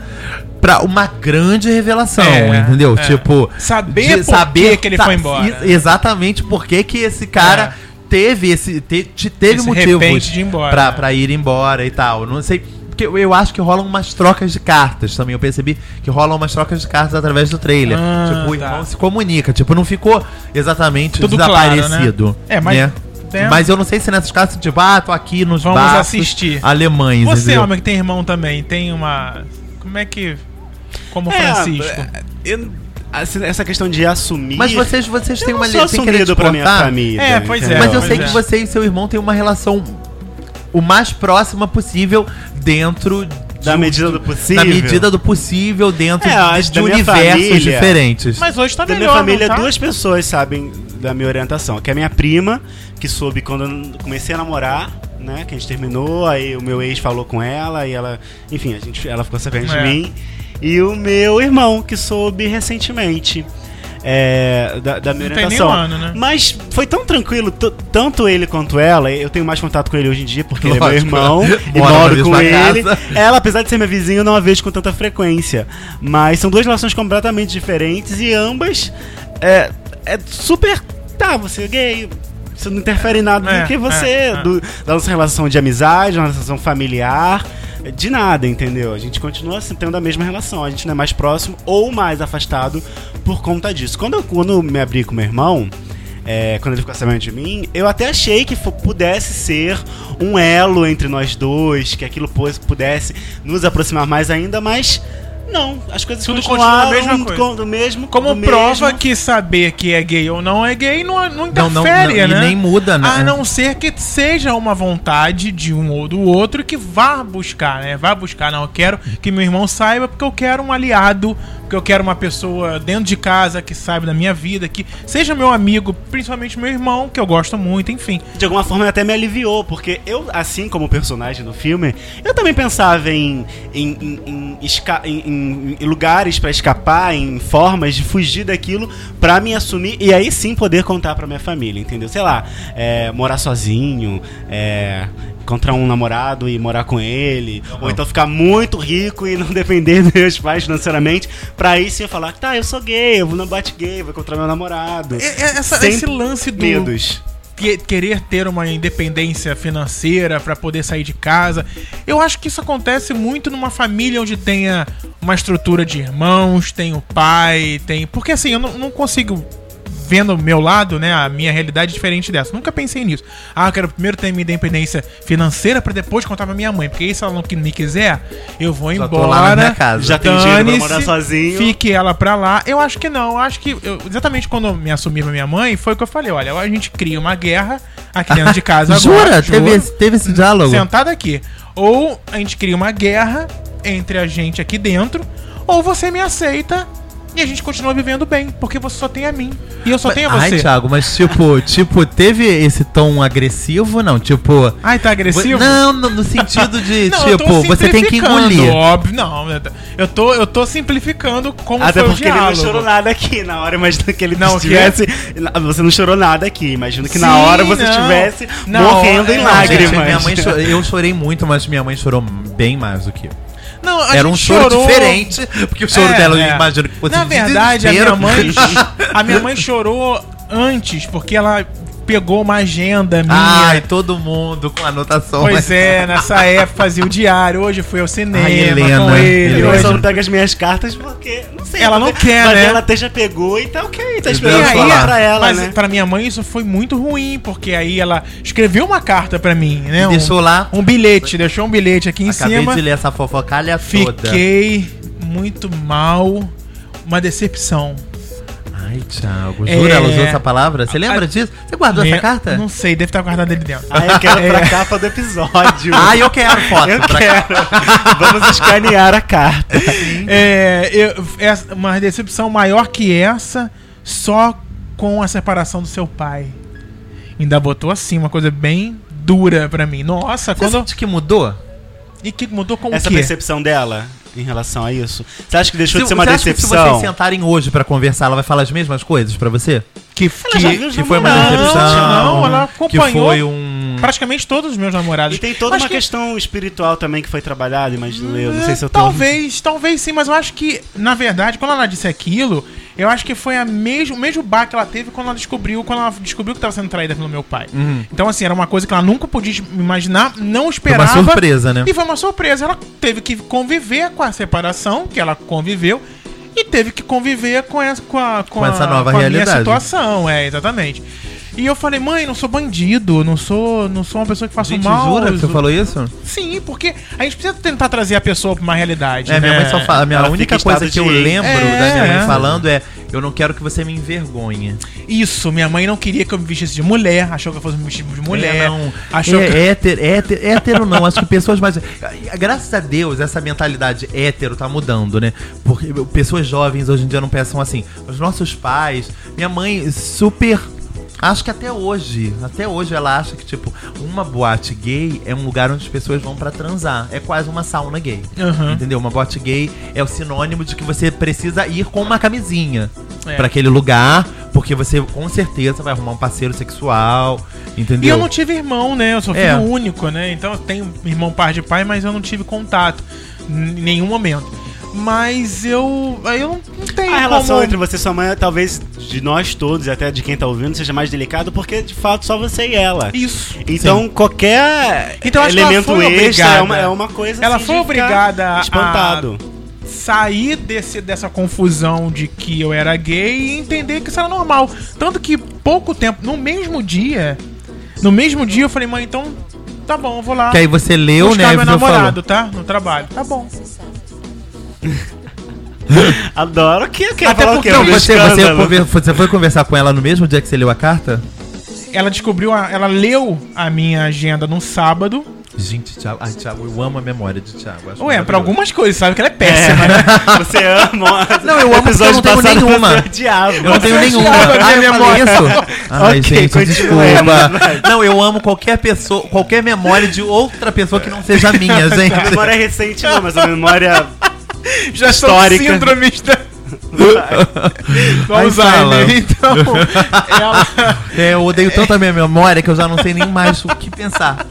pra uma grande revelação, É, entendeu? é. Tipo, tá Saber por que que ele foi embora. né? É. e- Exatamente por que que esse cara teve esse te- te- teve Esse motivos repente de ir embora, pra, né? pra ir embora e tal. Não sei, porque eu, eu acho que rolam umas trocas de cartas também. Eu percebi que rolam umas trocas de cartas através do trailer. Ah, tipo, o tá. irmão se comunica, tipo, não ficou exatamente Tudo claro, desaparecido. né? É, mas- né? né? Mas eu não sei se nessas casas, tipo, ah, tô aqui nos Vamos bares assistir. alemães, Você, é entendeu? homem, que tem irmão também, tem uma. Como é que. Como É, Francisco. é, eu- assim, essa questão de assumir. Mas vocês, vocês têm eu uma não sou li- sem querer assumido te pra minha cortar, família. É, pois é, entendeu? Mas eu pois sei é. que você e seu irmão têm uma relação o mais próxima possível dentro Da de- medida do possível. Na medida do possível dentro É, de- acho de, da minha universos família. diferentes. Mas hoje tá da melhor, minha família, não tá? duas pessoas sabem da minha orientação. Que é a minha prima, que soube quando eu comecei a namorar, né? Que a gente terminou, aí o meu ex falou com ela, e ela. Enfim, a gente, ela ficou sabendo É. de mim. E o meu irmão, que soube recentemente. É, da, da minha Não tem nem orientação. um ano, né? Mas foi tão tranquilo, t- tanto ele quanto ela. Eu tenho mais contato com ele hoje em dia, porque ele é meu Lógico. (laughs) irmão e Mora na moro com mesma ele. casa. (laughs) Ela, apesar de ser minha vizinha, eu não a vejo com tanta frequência. Mas são duas relações completamente diferentes e ambas é, é super. Tá, você é gay. Você não interfere em nada É, do que é, você. é. do- da nossa relação de amizade, da nossa relação familiar. De nada, entendeu? A gente continua assim, tendo a mesma relação. A gente não é mais próximo ou mais afastado por conta disso. Quando eu, quando eu me abri com meu irmão, é, quando ele ficou sabendo de mim, eu até achei que fo- pudesse ser um elo entre nós dois, que aquilo pos- pudesse nos aproximar mais ainda, mas não, as coisas Tudo continuaram continua a mesma coisa. com- do mesmo Como do prova mesmo- que saber que é gay ou não é gay não, não não, não, interfere, não- e né? nem muda, né? A não ser que seja uma vontade de um ou do outro que vá buscar, né? Vá buscar, não, eu quero que meu irmão saiba porque eu quero um aliado, porque eu quero uma pessoa dentro de casa que saiba da minha vida, que seja meu amigo, principalmente meu irmão, que eu gosto muito, enfim. de alguma forma até me aliviou, porque eu, assim como o personagem do filme, eu também pensava em, em, em- em esca- em- em lugares pra escapar, em formas de fugir daquilo pra me assumir e aí sim poder contar pra minha família, entendeu? Sei lá, é, morar sozinho, é, encontrar um namorado e morar com ele, Tá ou então ficar muito rico e não (laughs) depender dos meus pais financeiramente, pra aí sim eu falar, tá, eu sou gay, eu vou na bate gay, vou encontrar meu namorado. E- e- essa- Sem esse lance do medos. que- querer ter uma independência financeira pra poder sair de casa. Eu acho que isso acontece muito numa família onde tenha uma estrutura de irmãos, tem o pai, tem. Porque assim, eu não, não consigo vendo o meu lado, né, a minha realidade é diferente dessa. Nunca pensei nisso. Ah, eu quero primeiro ter minha independência financeira pra depois contar pra minha mãe. Porque aí, se ela não que- me quiser, eu vou Já embora. tô lá na minha casa. Já tem Tá dinheiro pra Dane-se, morar sozinho. Fique ela pra lá. Eu acho que não. Eu acho que. eu- exatamente quando eu me assumi pra minha mãe, foi o que eu falei: olha, a gente cria uma guerra aqui dentro de casa (laughs) Jura? agora. Teve juro. esse, teve esse diálogo? Sentado aqui. Ou a gente cria uma guerra entre a gente aqui dentro, ou você me aceita e a gente continua vivendo bem, porque você só tem a mim. E eu só tenho a Ai, você. Thiago, mas tipo, tipo, teve esse tom agressivo? Não, tipo. Ai, tá agressivo? Não, no, no sentido (laughs) de, Não, eu tô tipo, você tem que simplificando, engolir. Óbvio, não. Eu tô, eu tô simplificando como Até foi o porque ele não diálogo. chorou nada aqui na hora, imagina que ele Não, o quê? estivesse. Você não chorou nada aqui, imagino que na Sim, hora você não. estivesse Na morrendo hora- em não, Não, gente, lágrimas. minha (laughs) mãe cho- eu chorei muito, mas minha mãe chorou bem mais do que eu. Não, a Era um gente choro chorou- diferente, porque o choro É, dela, é. eu imagino que fosse Na de verdade, a minha desespero. mãe. a minha mãe chorou antes, porque ela pegou uma agenda minha. (laughs) Ai, todo mundo com anotações. Pois é, nessa época fazia o diário. Hoje fui ao cinema Ai, Helena, né? com ele. Eu Helena. hoje- só não pego as minhas cartas porque, não sei. Ela mas- é, não quer, mas né? ela até já pegou e tá ok, tá Eu E esperando devo aí, falar falar. pra ela, mas tá- né? pra minha mãe isso foi muito ruim, porque aí ela escreveu uma carta pra mim, né? E Um, deixou lá. um bilhete, deixou um bilhete aqui em Acabei cima. de ler essa fofocalha toda. Fiquei muito mal, uma decepção. Ai, Thiago, jura? É. Ela usou essa palavra? Você lembra Ah, disso? Você guardou Le- essa carta? Não sei, deve estar guardada ali dentro. Ah, eu quero (laughs) É. pra capa do episódio. Ah, eu quero foto. eu pra- quero. (laughs) Vamos escanear a carta. É, eu- essa- uma decepção maior que essa, só com a separação do seu pai. Ainda botou assim, uma coisa bem dura pra mim. Nossa, Você quando. sente que mudou? E que mudou com Essa (laughs) o quê? percepção dela em relação a isso. Você acha que deixou de Se- ser uma você acha que se decepção? vocês sentarem hoje pra conversar, ela vai falar as mesmas coisas pra você? Que, já que, viu os Que foi uma Não, decepção. não, ela Que acompanhou. foi um. praticamente todos os meus namorados. E tem toda Acho uma que- Hum, questão espiritual também que foi trabalhada, imagino eu. Não sei se eu tô. Talvez, talvez sim, mas eu acho que, na verdade, quando ela disse aquilo, eu acho que foi a mesmo, o mesmo bar que ela teve quando ela descobriu, quando ela descobriu que estava sendo traída pelo meu pai. Então, assim, era uma coisa que ela nunca podia imaginar, não Uhum. Foi uma esperava. surpresa, né? E foi uma surpresa. Ela teve que conviver com a separação, que ela conviveu, e teve que conviver com essa, com a, com Com a- essa nova com a realidade. minha situação, é, exatamente. E eu falei, mãe, não sou bandido, não sou, não sou uma pessoa que faço Gente, mal. jura que você aos- falou isso? Sim, porque a gente precisa tentar trazer a pessoa pra uma realidade. né? É, minha mãe só fala. A minha Ela fica única em coisa estado que eu de- lembro É, da minha mãe é. falando é: eu não quero que você me envergonhe. Isso, minha mãe não queria que eu me vestisse de mulher, achou que eu fosse me vestir de mulher. É, não. Achou é, que. hétero, hétero, é hétero não. Acho que pessoas mais. Graças a Deus, essa mentalidade hétero tá mudando, né? Porque pessoas jovens hoje em dia não pensam assim. Os nossos pais, minha mãe, super. Acho que até hoje, até hoje ela acha que, tipo, uma boate gay é um lugar onde as pessoas vão pra transar. É quase uma sauna gay. Aham. Entendeu? Uma boate gay é o sinônimo de que você precisa ir com uma camisinha É. pra aquele lugar, porque você com certeza vai arrumar um parceiro sexual, entendeu? E eu não tive irmão, né? Eu sou filho É. único, né? Então eu tenho irmão par de pai, mas eu não tive contato n- em nenhum momento. Mas eu. aí Eu não- não tenho A relação como. entre você e sua mãe, talvez de nós todos, e até de quem tá ouvindo, seja mais delicado, porque de fato só você e ela. Isso. Então qualquer Então, acho que ela elemento foi extra é obrigada. uma, é uma coisa Ela assim, foi de ficar obrigada a- espantado. sair desse, dessa confusão de que eu era gay e entender que isso era normal. Tanto que pouco tempo, no mesmo dia, no mesmo dia eu falei, mãe, então tá bom, eu vou lá Que aí você leu, buscar né? e meu você namorado, tá? No trabalho. Tá bom. Adoro que quer Até falar o porque quê? Falou. eu Um Não, você, você, escândalo. conver- você foi conversar com ela no mesmo dia que você leu a carta? Ela descobriu, a- ela leu a minha agenda no sábado. Gente, Thiago, ai, Thiago, eu amo a memória de Thiago. acho Ué, pra maravilhoso. algumas coisas, sabe? Que ela é É, (laughs) péssima. (laughs) você ama. Não, eu amo porque eu não tenho nenhuma. Você odiava. Eu não tenho nenhuma. Ah, eu falei (laughs) isso? Ai, Ok, gente, continua. É desculpa. Não, eu amo qualquer pessoa, qualquer memória de outra pessoa que não seja (laughs) minha, gente. A memória é recente não, mas a memória. Já são Histórica. síndromes da... (laughs) do Aí Alzheimer. fala. (laughs) Então, ela... É, eu odeio tanto a minha memória que eu já não sei nem mais o que pensar.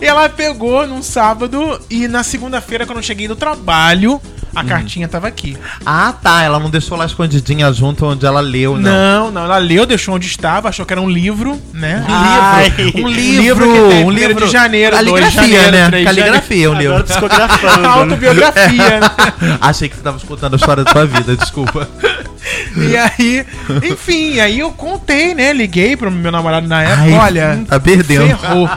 E ela pegou num sábado e na segunda-feira, quando eu cheguei do trabalho, Uhum. a cartinha tava aqui. Ah, tá. Ela não deixou lá escondidinha junto onde ela leu, não. Não, não, ela leu, deixou onde estava, achou que era um livro, né? Um Ai. livro, um Livro livro, que tem um primeiro livro de janeiro, dois de Caligrafia, janeiro, né? três de Caligrafia, um Agora (laughs) livro. A (laughs) psicografando. né? autobiografia, né? Achei que você tava escutando a história da sua vida, desculpa. E aí, enfim, aí eu contei, né? Liguei pro meu namorado na época, Ai, olha. tá perdendo. Ferrou.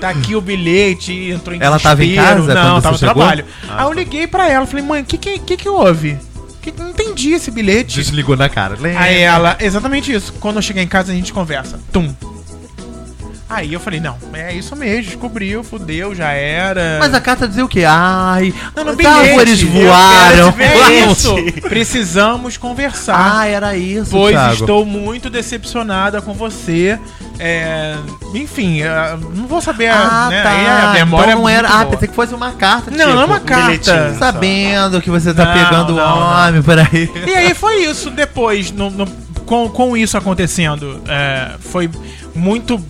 Tá aqui o bilhete, entrou em Ela tava em desespero. casa Não, quando tava no você chegou? Ah, tá. trabalho. aí eu liguei pra ela, falei, mãe, o que que, que que houve? Que, não entendi esse bilhete. Desligou na cara. Aí é. ela, exatamente isso. Quando eu chegar em casa, a gente conversa. Tum. Aí eu falei, não, é isso mesmo, descobriu, fudeu, já era. Mas a carta dizia o quê? Ai, Não, no as bilhete. árvores Eu quero voaram. te ver. É isso. Precisamos conversar. Ah, era isso, pois Thiago. estou muito decepcionada com você. É, enfim, é, não vou saber. Ah, né, aí tá. a memória então não é era... muito Ah, boa. pensei que um fosse uma carta, tipo, Não, não é uma bilhetinho. carta. Sabendo que você tá Não, pegando o não, não. homem por aí. E aí foi isso. Depois, no- no- com, com isso acontecendo, é, foi muito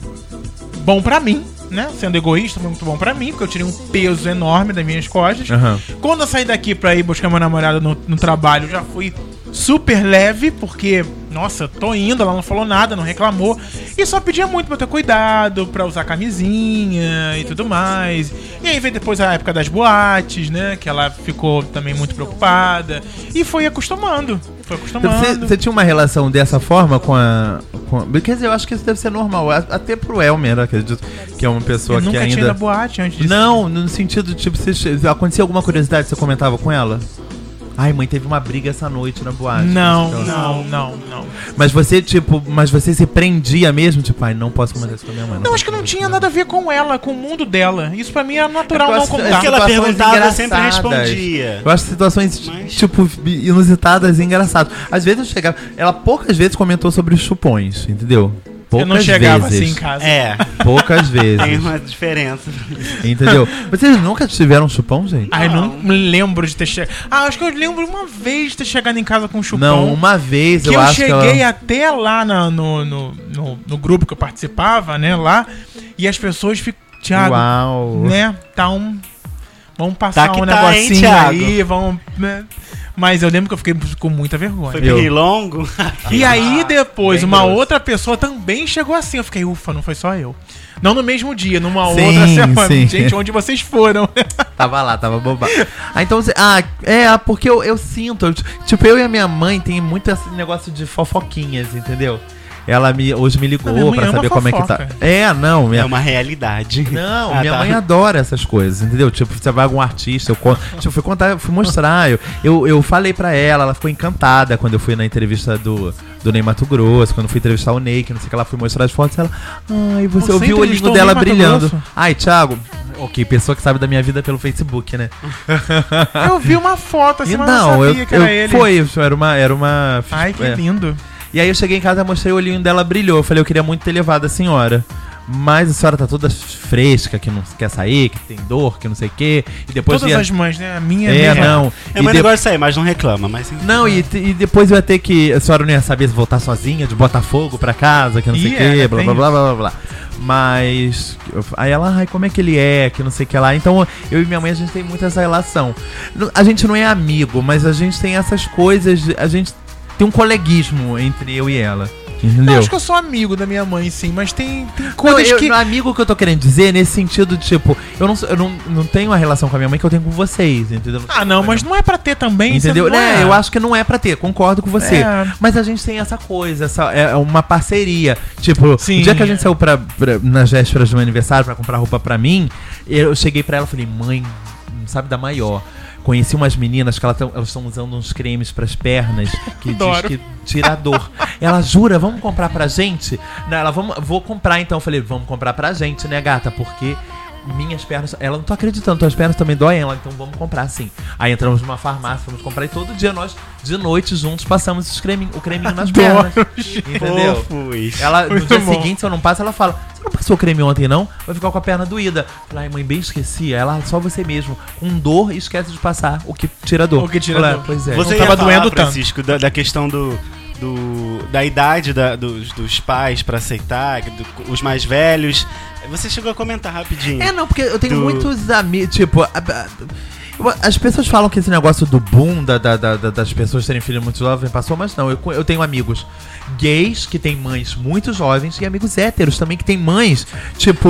bom pra mim, né? Sendo egoísta, foi muito bom pra mim, porque eu tirei um peso enorme das minhas costas. Aham. Quando eu saí daqui pra ir buscar meu namorado no, no trabalho, eu já fui super leve, porque, nossa, tô indo, ela não falou nada, não reclamou. E só pedia muito pra ter cuidado, pra usar camisinha e tudo mais. E aí veio depois a época das boates, né? Que ela ficou também muito preocupada. E foi acostumando. Foi Você, acostumando. você tinha uma relação dessa forma com a, com a- Quer dizer, eu acho que isso deve ser normal. a- Até pro Elmer, eu acredito. Que é uma pessoa Eu que nunca ainda. tinha ido à boate antes disso. Não, no sentido, tipo, se se acontecia alguma curiosidade, você comentava com ela? Ai, mãe, teve uma briga essa noite na boate. Não, Então, não, não, não. Mas você, tipo, mas você se prendia mesmo, tipo, ai, não posso comentar isso com a minha mãe. Não, acho que não tinha nada a ver com ela, com o mundo dela. Isso pra mim era natural É Eu não acho- contar. que ela situações perguntava, eu sempre engraçadas. respondia. Eu acho situações, Mas- tipo, inusitadas e engraçadas. Às vezes eu chegava. Ela poucas vezes comentou sobre os chupões, entendeu? Poucas Eu não chegava vezes. assim em casa. É, (laughs) Poucas tem vezes. uma diferença. entendeu? Vocês nunca tiveram chupão, gente? Ah, eu não me lembro de ter chegado. Ah, acho que eu lembro uma vez de ter chegado em casa com um chupão. Não, uma vez que eu, eu, acho que. cheguei ela- até lá na- no, no, no, no grupo que eu participava, né? Lá. E as pessoas ficam. Tiago, Uau. né? Tá um. Vamos passar que um tá, hein, negocinho Thiago? aí, vamos. né? Mas eu lembro que eu fiquei com muita vergonha. Foi Eu. bem longo. (laughs) E aí depois, bem uma grosso. outra pessoa também chegou assim. Eu fiquei, ufa, não foi só eu. Não no mesmo dia, numa Sim, outra (laughs) semana. sim. Gente, onde vocês (laughs) foram? Tava lá, tava bobado. Ah, então você. Ah, é, porque eu, eu sinto. eu- tipo, eu e a minha mãe tem muito esse negócio de fofoquinhas, entendeu? Ela me, hoje me Não, ligou minha mãe pra ama saber como é que fofoca. tá. É, não, É minha. uma realidade. Não, Ah, minha tá. mãe adora essas coisas, entendeu? Tipo, você vai algum artista, eu conto. Tipo, eu fui contar, eu fui mostrar. Eu, eu, eu falei pra ela, ela ficou encantada quando eu fui na entrevista do, do Ney Mato Grosso, quando eu fui entrevistar o Ney, que não sei o que ela fui mostrar as fotos, ela. Ai, você, Você eu vi o entrevistou olhinho o Ney dela Mato brilhando. Grosso? Ai, Thiago. Ok, pessoa que sabe da minha vida pelo Facebook, né? Eu vi uma foto assim, E mas não, não, eu, sabia que era eu- ele. foi, isso, era uma, era uma. Ai, que é. lindo. E aí eu cheguei em casa, mostrei o olhinho dela, brilhou. Eu falei, eu queria muito ter levado a senhora. Mas a senhora tá toda fresca, que não quer sair, que tem dor, que não sei o quê. E depois Todas ia... as mães, né? A minha É, minha. não. É E um de- negócio sair, mas não reclama. Mas assim, enfim. Não, e, te- e depois eu ia ter que. A senhora não ia saber se voltar sozinha, de Botafogo pra casa, que não sei o Ih, quê, é, blá tem blá blá blá blá blá. Mas. eu- Aí ela, ai, como é que ele é, que não sei o que lá. Então eu e minha mãe, a gente tem muito essa relação. Não- A gente não é amigo, mas a gente tem essas coisas. A gente tem um coleguismo entre eu e ela. Entendeu? Eu acho que eu sou amigo da minha mãe, sim, mas tem, tem Não, coisas eu, que. no amigo que eu tô querendo dizer, é nesse sentido, tipo, eu não, sou- eu não, não tenho uma relação com a minha mãe que eu tenho com vocês, entendeu? Ah, não, mas não é pra ter também, você Entendeu? não É, eu acho que não é pra ter, concordo com você. É. Mas a gente tem essa coisa, essa, é uma parceria. Tipo, Sim. o dia que a gente saiu pra, pra, nas vésperas do meu aniversário pra comprar roupa pra mim, eu cheguei pra ela e falei, mãe, não sabe da maior. Conheci umas meninas que ela tão- elas estão usando uns cremes pras pernas que diz (laughs) Adoro. que tira a dor. ela jura, vamos comprar pra gente? Não, ela, vamos, vou comprar então. Eu falei, vamos comprar pra gente, né, gata? Porque minhas pernas. Ela não tô acreditando, tuas pernas também doem ela, então vamos comprar sim. Aí entramos numa farmácia, fomos comprar e todo dia nós, de noite, juntos, passamos os cremin- o creminho nas Adoro, pernas. Entendeu? É assim, Fofos. Ela, no Muito dia bom. seguinte, se eu não passo, ela fala: Você não passou creme ontem, não? Vai ficar com a perna doída. Eu Falei, ai, mãe, bem esqueci. Ela, só você mesmo. Com dor, esquece de passar o que tira dor. O que tira Eu falei, dor. Pois é. Você não ia tava falar, doendo tanto. Francisco, da, da questão do, do- da idade da- dos, dos pais pra aceitar, do- os mais velhos. Você chegou a comentar rapidinho. É, não, porque eu tenho Do- muitos amigos. Tipo, a- a- eu- as pessoas falam que esse negócio do boom da, da- da- da- das pessoas terem filho muito jovem passou, mas não. Eu, co- eu tenho amigos gays que têm mães muito jovens e amigos héteros também que têm mães. Tipo,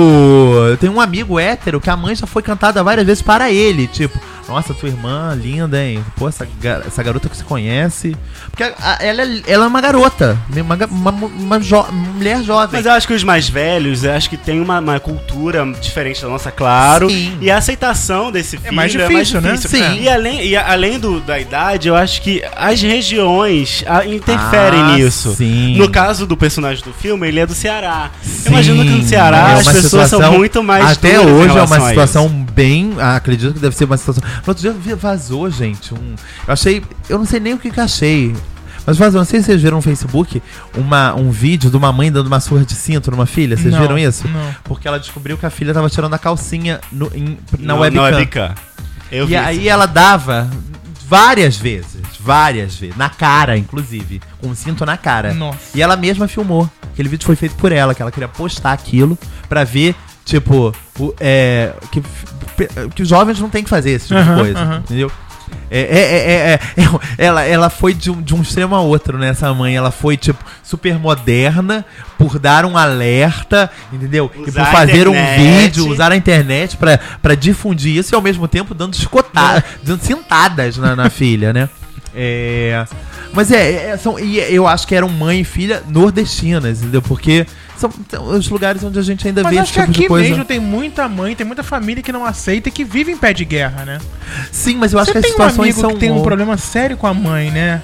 eu tenho um amigo hétero que a mãe já foi cantada várias vezes para ele. Tipo, Nossa, tua irmã linda, hein? Pô, essa, gar- essa garota que você conhece. Porque a- a- ela, é- ela é uma garota, né? uma, ga- uma, mu- uma jo- mulher jovem. Mas eu acho que os mais velhos, eu acho que tem uma, uma cultura diferente da nossa, claro. Sim. E a aceitação desse filho é mais mais difícil, difícil, né? Sim. E além, e a- além do, da idade, eu acho que as regiões ah, interferem Ah, nisso. sim. No caso do personagem do filme, ele é do Ceará. Sim, Eu imagino que no Ceará é as uma pessoas são situação- muito mais Até duras em hoje é relação uma a situação isso. bem. ah, acredito que deve ser uma situação. No outro dia eu vi- vazou, gente. Um, eu achei. Eu não sei nem o que, que achei. Mas vazou, não sei se vocês viram no Facebook uma, um vídeo de uma mãe dando uma surra de cinto numa filha. Vocês Não, viram isso? não. Porque ela descobriu que a filha tava tirando a calcinha no, em- na No- webcam. Na webcam. é Eu vi E isso. aí ela dava várias vezes, várias vezes, na cara, inclusive, com um cinto na cara. Nossa. E ela mesma filmou. Aquele vídeo foi feito por ela, que ela queria postar aquilo pra ver, tipo, o, é, que, que os jovens não tem que fazer esse tipo Aham, de coisa, aham. entendeu? É, é, é, é, (laughs) é, ela, ela foi de um, de um extremo a outro, né? Essa mãe, ela foi, tipo, super moderna por dar um alerta, entendeu? e Usar por a fazer um internet. vídeo, usar a internet pra, pra difundir isso e ao mesmo tempo dando escotadas, dando cintadas na, na filha, né? É, mas é, é, são, e eu acho que eram mãe e filha nordestinas, entendeu? Porque são, são os lugares onde a gente ainda Mas vê acho esse que é tipo de aqui coisa. mesmo tem muita mãe, tem muita família que não aceita e que vive em pé de guerra, né? Sim, mas eu acho Você que as tem um situações amigo são. que tem um ou- problema sério com a mãe, né?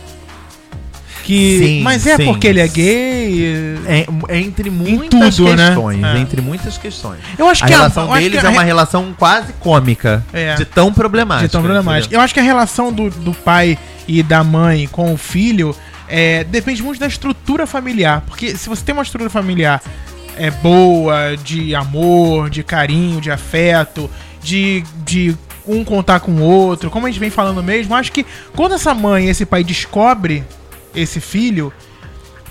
Que. Sim, mas é sim. porque ele é gay. e- É, é entre muitas tudo, né? questões. É. Entre muitas questões. Eu acho a que a- relação eu acho deles que a é uma re- relação quase cômica. É. De tão problemática. De tão problemática. Eu acho que a relação do, do pai e da mãe com o filho é, depende muito da estrutura familiar. Porque se você tem uma estrutura familiar é, boa, de amor, de carinho, de afeto, de, de um contar com o outro, como a gente vem falando mesmo, eu acho que quando essa mãe e esse pai descobre esse filho,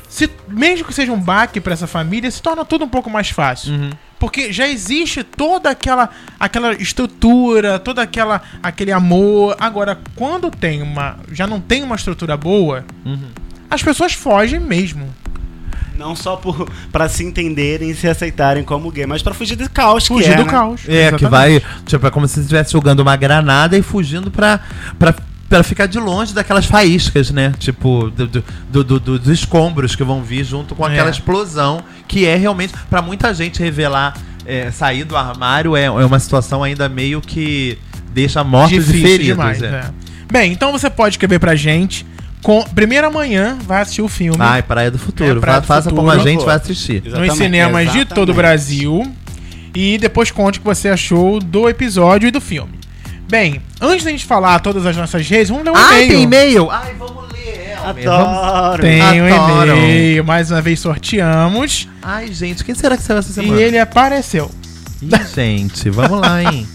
se, mesmo que seja um baque pra essa família, se torna tudo um pouco mais fácil. Uhum. Porque já existe toda aquela aquela estrutura, toda aquela aquele amor. Agora, quando tem uma, já não tem uma estrutura boa, Uhum. as pessoas fogem mesmo. Não só por, pra se entenderem e se aceitarem como gay, mas pra fugir do caos Fugir que é, do né? caos. É, que Exatamente. vai. Tipo, é como se você estivesse jogando uma granada e fugindo pra. pra Pra ficar de longe daquelas faíscas, né? Tipo, do, do- do- do- do- dos escombros que vão vir junto com aquela É. explosão, que é realmente, pra muita gente revelar, é, sair do armário é, é uma situação ainda meio que deixa mortos e Difícil feridos. demais, é. é. Bem, então você pode escrever pra gente. Com, primeiro amanhã vai assistir o filme Ai, Praia do Futuro. É, Praia Fa- do faça Futuro, como a por gente favor. vai assistir. Exatamente. nos cinemas de todo o Exatamente. Brasil. E depois conte o que você achou do episódio e do filme. Bem, antes da gente falar todas as nossas redes, vamos ler um Ai, e-mail. Ah, tem e-mail? Ai, vamos ler. Ah, Elmer, tá. vamos- Adoro. Tem um Adoram. e-mail, mais uma vez sorteamos. Ai, gente, quem será que será essa E semana? ele apareceu. Ih, gente, vamos (laughs) lá, hein?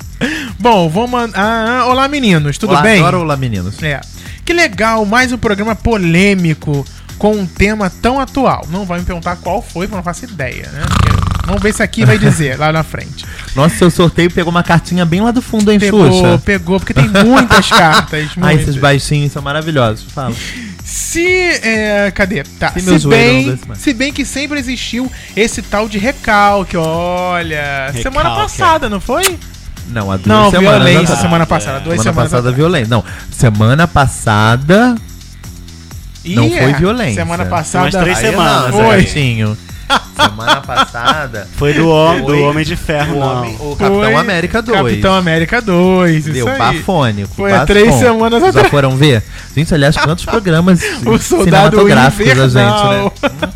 Bom, vou mandar. Ah, ah, olá, meninos, tudo Olá, bem? Adoro Olá, meninos. É. Que legal, mais um programa polêmico com um tema tão atual. Não vai me perguntar qual foi, porque eu não faço ideia, né? Porque Vamos ver se aqui vai dizer lá na frente. Nossa, seu sorteio pegou uma cartinha bem lá do fundo, hein, Pegou, Xuxa? pegou, porque tem (laughs) muitas cartas. tá? Ai, Muitas. esses baixinhos são maravilhosos. Fala. Se. é, cadê? Tá. Se Se, meu joelho não bem, doesse mais. se bem que sempre existiu esse tal de recalque, olha. Semana Recalque. passada, não foi? Não, há duas Não, semanas. violência atrás. Semana, semana passada. Duas semanas passada, atrás. violência. Não, semana passada. Não Ih, foi é. violência. Semana Umas passada. três Aí semanas, não, tá é. (laughs) certinho. Semana passada. Foi do, hom- do Foi. Homem de Ferro, O, É não. homem, o Capitão Foi América 2. Capitão América 2, Deu isso aí. bafônico. Foi há três bafônico. semanas Já atrás. foram ver? Gente, aliás, quantos programas (laughs) O soldado cinematográficos a gente, né?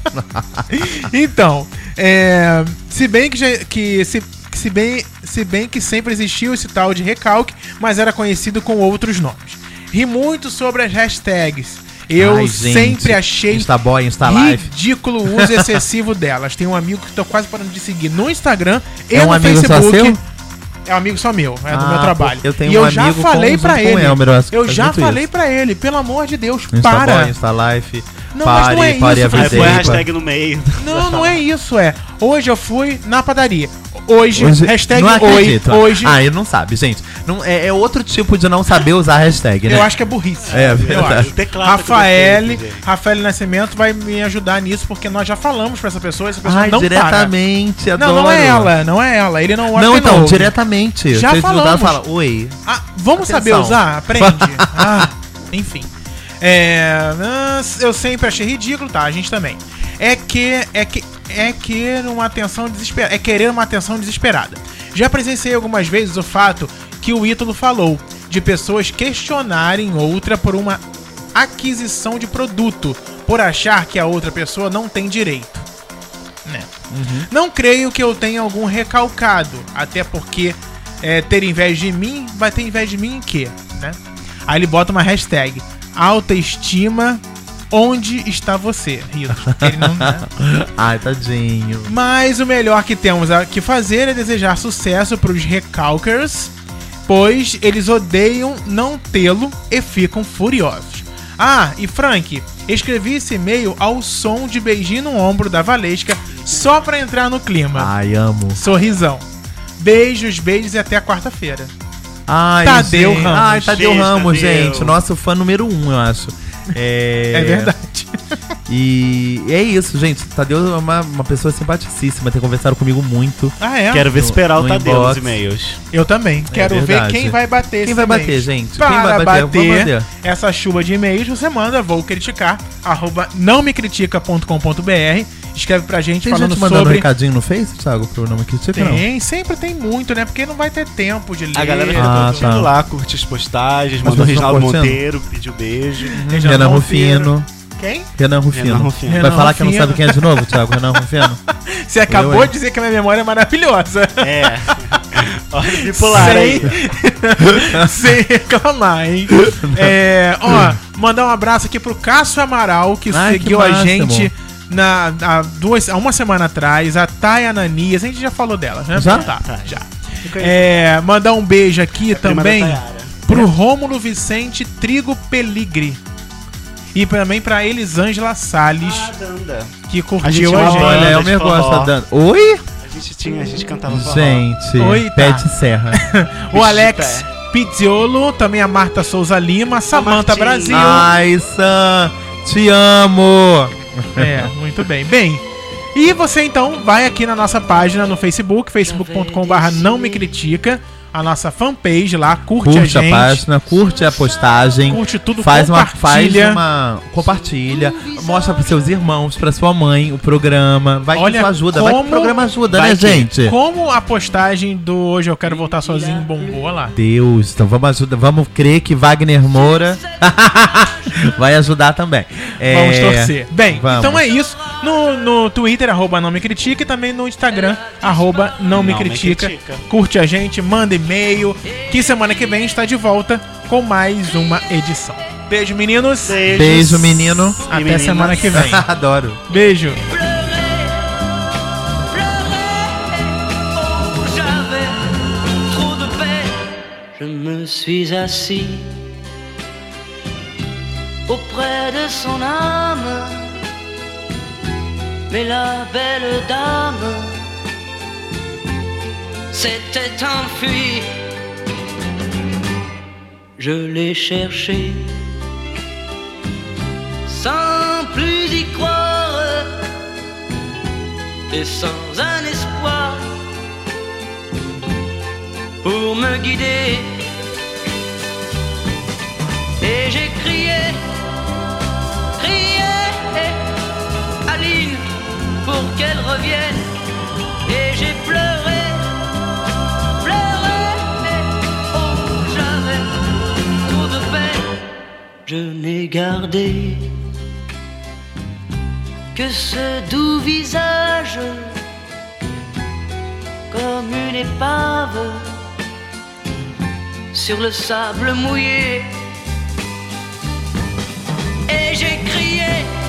invernal. (laughs) então, é, se bem que, já- que se, que se bem se bem que sempre existiu esse tal de recalque, mas era conhecido com outros nomes. Ri muito sobre as hashtags. Eu Ai, gente, tá sempre achei Instaboy, Instalive. ridículo o uso excessivo (laughs) delas. Tem um amigo que tô quase parando de seguir no Instagram e É um no amigo só Facebook. seu? É um amigo só meu, é do Ah, meu trabalho. eu tenho e um eu já amigo falei com- pra junto com ele. o Elmer, eu acho que eu faz já muito falei isso. pra ele, pelo amor de Deus, Instaboy, para. Instalife. Não, mas não é Pare, isso, pare, Felipe. Aí avisei. põe a pá. hashtag no meio. Não, não é isso, é. Hoje eu fui na padaria. Hoje, hashtag não oi, acredito. hoje. Ah, ele não sabe, gente. Não, é, é outro tipo de não saber usar a hashtag, né? Eu acho que é burrice. É, eu verdade. acho. Teclado Rafael, que eu gostei, gente. Rafael Nascimento vai me ajudar nisso, porque nós já falamos pra essa pessoa, essa pessoa Ai, não para. diretamente, Não, não é ela, não é ela. Ele não olha Não, de então, novo. diretamente. Já Vocês mudaram, falamos. fala, oi. Ah, vamos Atenção. saber usar? Aprende. ah, enfim. É, ah, eu sempre achei ridículo, tá? A gente também. É que é que é querer uma atenção desesperada, é querer uma atenção desesperada. Já presenciei algumas vezes o fato que o Ítalo falou de pessoas questionarem outra por uma aquisição de produto, por achar que a outra pessoa não tem direito. Né? Não creio que eu tenha algum recalcado, até porque é, ter inveja de mim vai ter inveja de mim em quê? Né? Aí ele bota uma hashtag autoestima onde está você, rindo. Ele não, né? (laughs) Ai, tadinho. Mas o melhor que temos a que fazer é desejar sucesso pros recalcers, pois eles odeiam não tê-lo e ficam furiosos. Ah, e Frank, escrevi esse e-mail ao som de beijinho no ombro da Valesca só pra entrar no clima. Ai, amo. Sorrisão. Beijos, beijos e até quarta-feira. Ai, Tadeu gente. Ramos. Ai, Tadeu Gente, Ramos, Tadeu. gente. Nosso fã número um, eu acho. É, É, (laughs) verdade. E é isso, gente. Tadeu é uma, uma pessoa simpaticíssima. Tem conversado comigo muito. Ah, é? Quero ver se esperar o no Tadeu inbox. nos e-mails. Eu também. Quero ver É verdade. quem vai bater Quem vai e-mail. bater, gente? Para Quem vai bater? bater, Vamos bater. essa chuva de e-mails, você manda vou criticar, arroba não me critica.com.br. Escreve pra gente Tem falando gente mandando sobre. recadinho no Face, Thiago, pro nome que critica, não? Tem, sempre tem muito, né? Porque não vai ter tempo de ler. A galera Ah, tá tá. curtindo lá, curte as postagens, Mas mandou o vocês estão Reginaldo curtindo? Monteiro, pediu beijo. Reginaldo Renan Monteiro. Rufino. Quem? Renan Rufino. Renan Rufino. Vai Renan falar que não Rufino. sabe quem é de novo, Thiago? Renan (laughs) Rufino? Você acabou hein? de dizer que a minha memória é maravilhosa. (laughs) É. Olha o bipolar aí. (laughs) Sem reclamar, hein? É, ó, mandar um abraço aqui pro Cássio Amaral, que Ai, que seguiu a máximo. gente na, há, duas, há uma semana atrás. A Thay Ananias, a gente já falou dela, né? Já? Tá, já. conheço. É, mandar um beijo aqui É Prima da também Tayara. pro Rômulo Vicente Trigo Peligre. E também pra Elisângela Salles, Ah, Danda. que a gente curtiu a ama né? gente. Olha, eu me de forró. gosto tá dando. Oi? A gente tinha, a gente cantava forró. Gente, Oi, tá. Pet (laughs) Serra. O Alex Pizziolo, também a Marta Souza Lima, Samanta é. Martinha. Brasil. Ai, Sam, te amo. É, muito bem. Bem, e você então vai aqui na nossa página no Facebook, facebook.com.br não me critica, a nossa fanpage lá, curte, a Curte a, gente, página, curte a postagem. curte tudo, Faz uma, faz compartilha. uma. Compartilha. Mostra pros seus irmãos, pra sua mãe, o programa. Vai que Olha isso ajuda. Vai que o como- programa ajuda, vai né, que- gente? Como a postagem do Hoje Eu Quero Voltar Sozinho bombou lá. Deus, então vamos ajudar. Vamos crer que Wagner Moura (laughs) vai ajudar também. É, Vamos torcer. Bem, vamos. então é isso. No, no Twitter, arroba não me critica, e também no Instagram, arroba não me Não Me critica. Critica. Curte a gente, manda e-mail, que semana que vem está de volta com mais uma edição. Beijo, meninos. Beijos. Beijo, menino. E Até meninas. semana que vem. (laughs) Adoro. Beijo. Oh, j'avais trop de peine. Je me suis assis auprès de son âme, mais la belle dame s'était enfuie. Je l'ai cherchée sans plus y croire et sans un espoir pour me guider. Et j'ai crié, crié, Aline, pour qu'elle revienne. Et j'ai pleuré, pleuré, oh, j'avais trop de peine. Je n'ai gardé que ce doux visage comme une épave sur le sable mouillé. Et j'ai crié, Oh,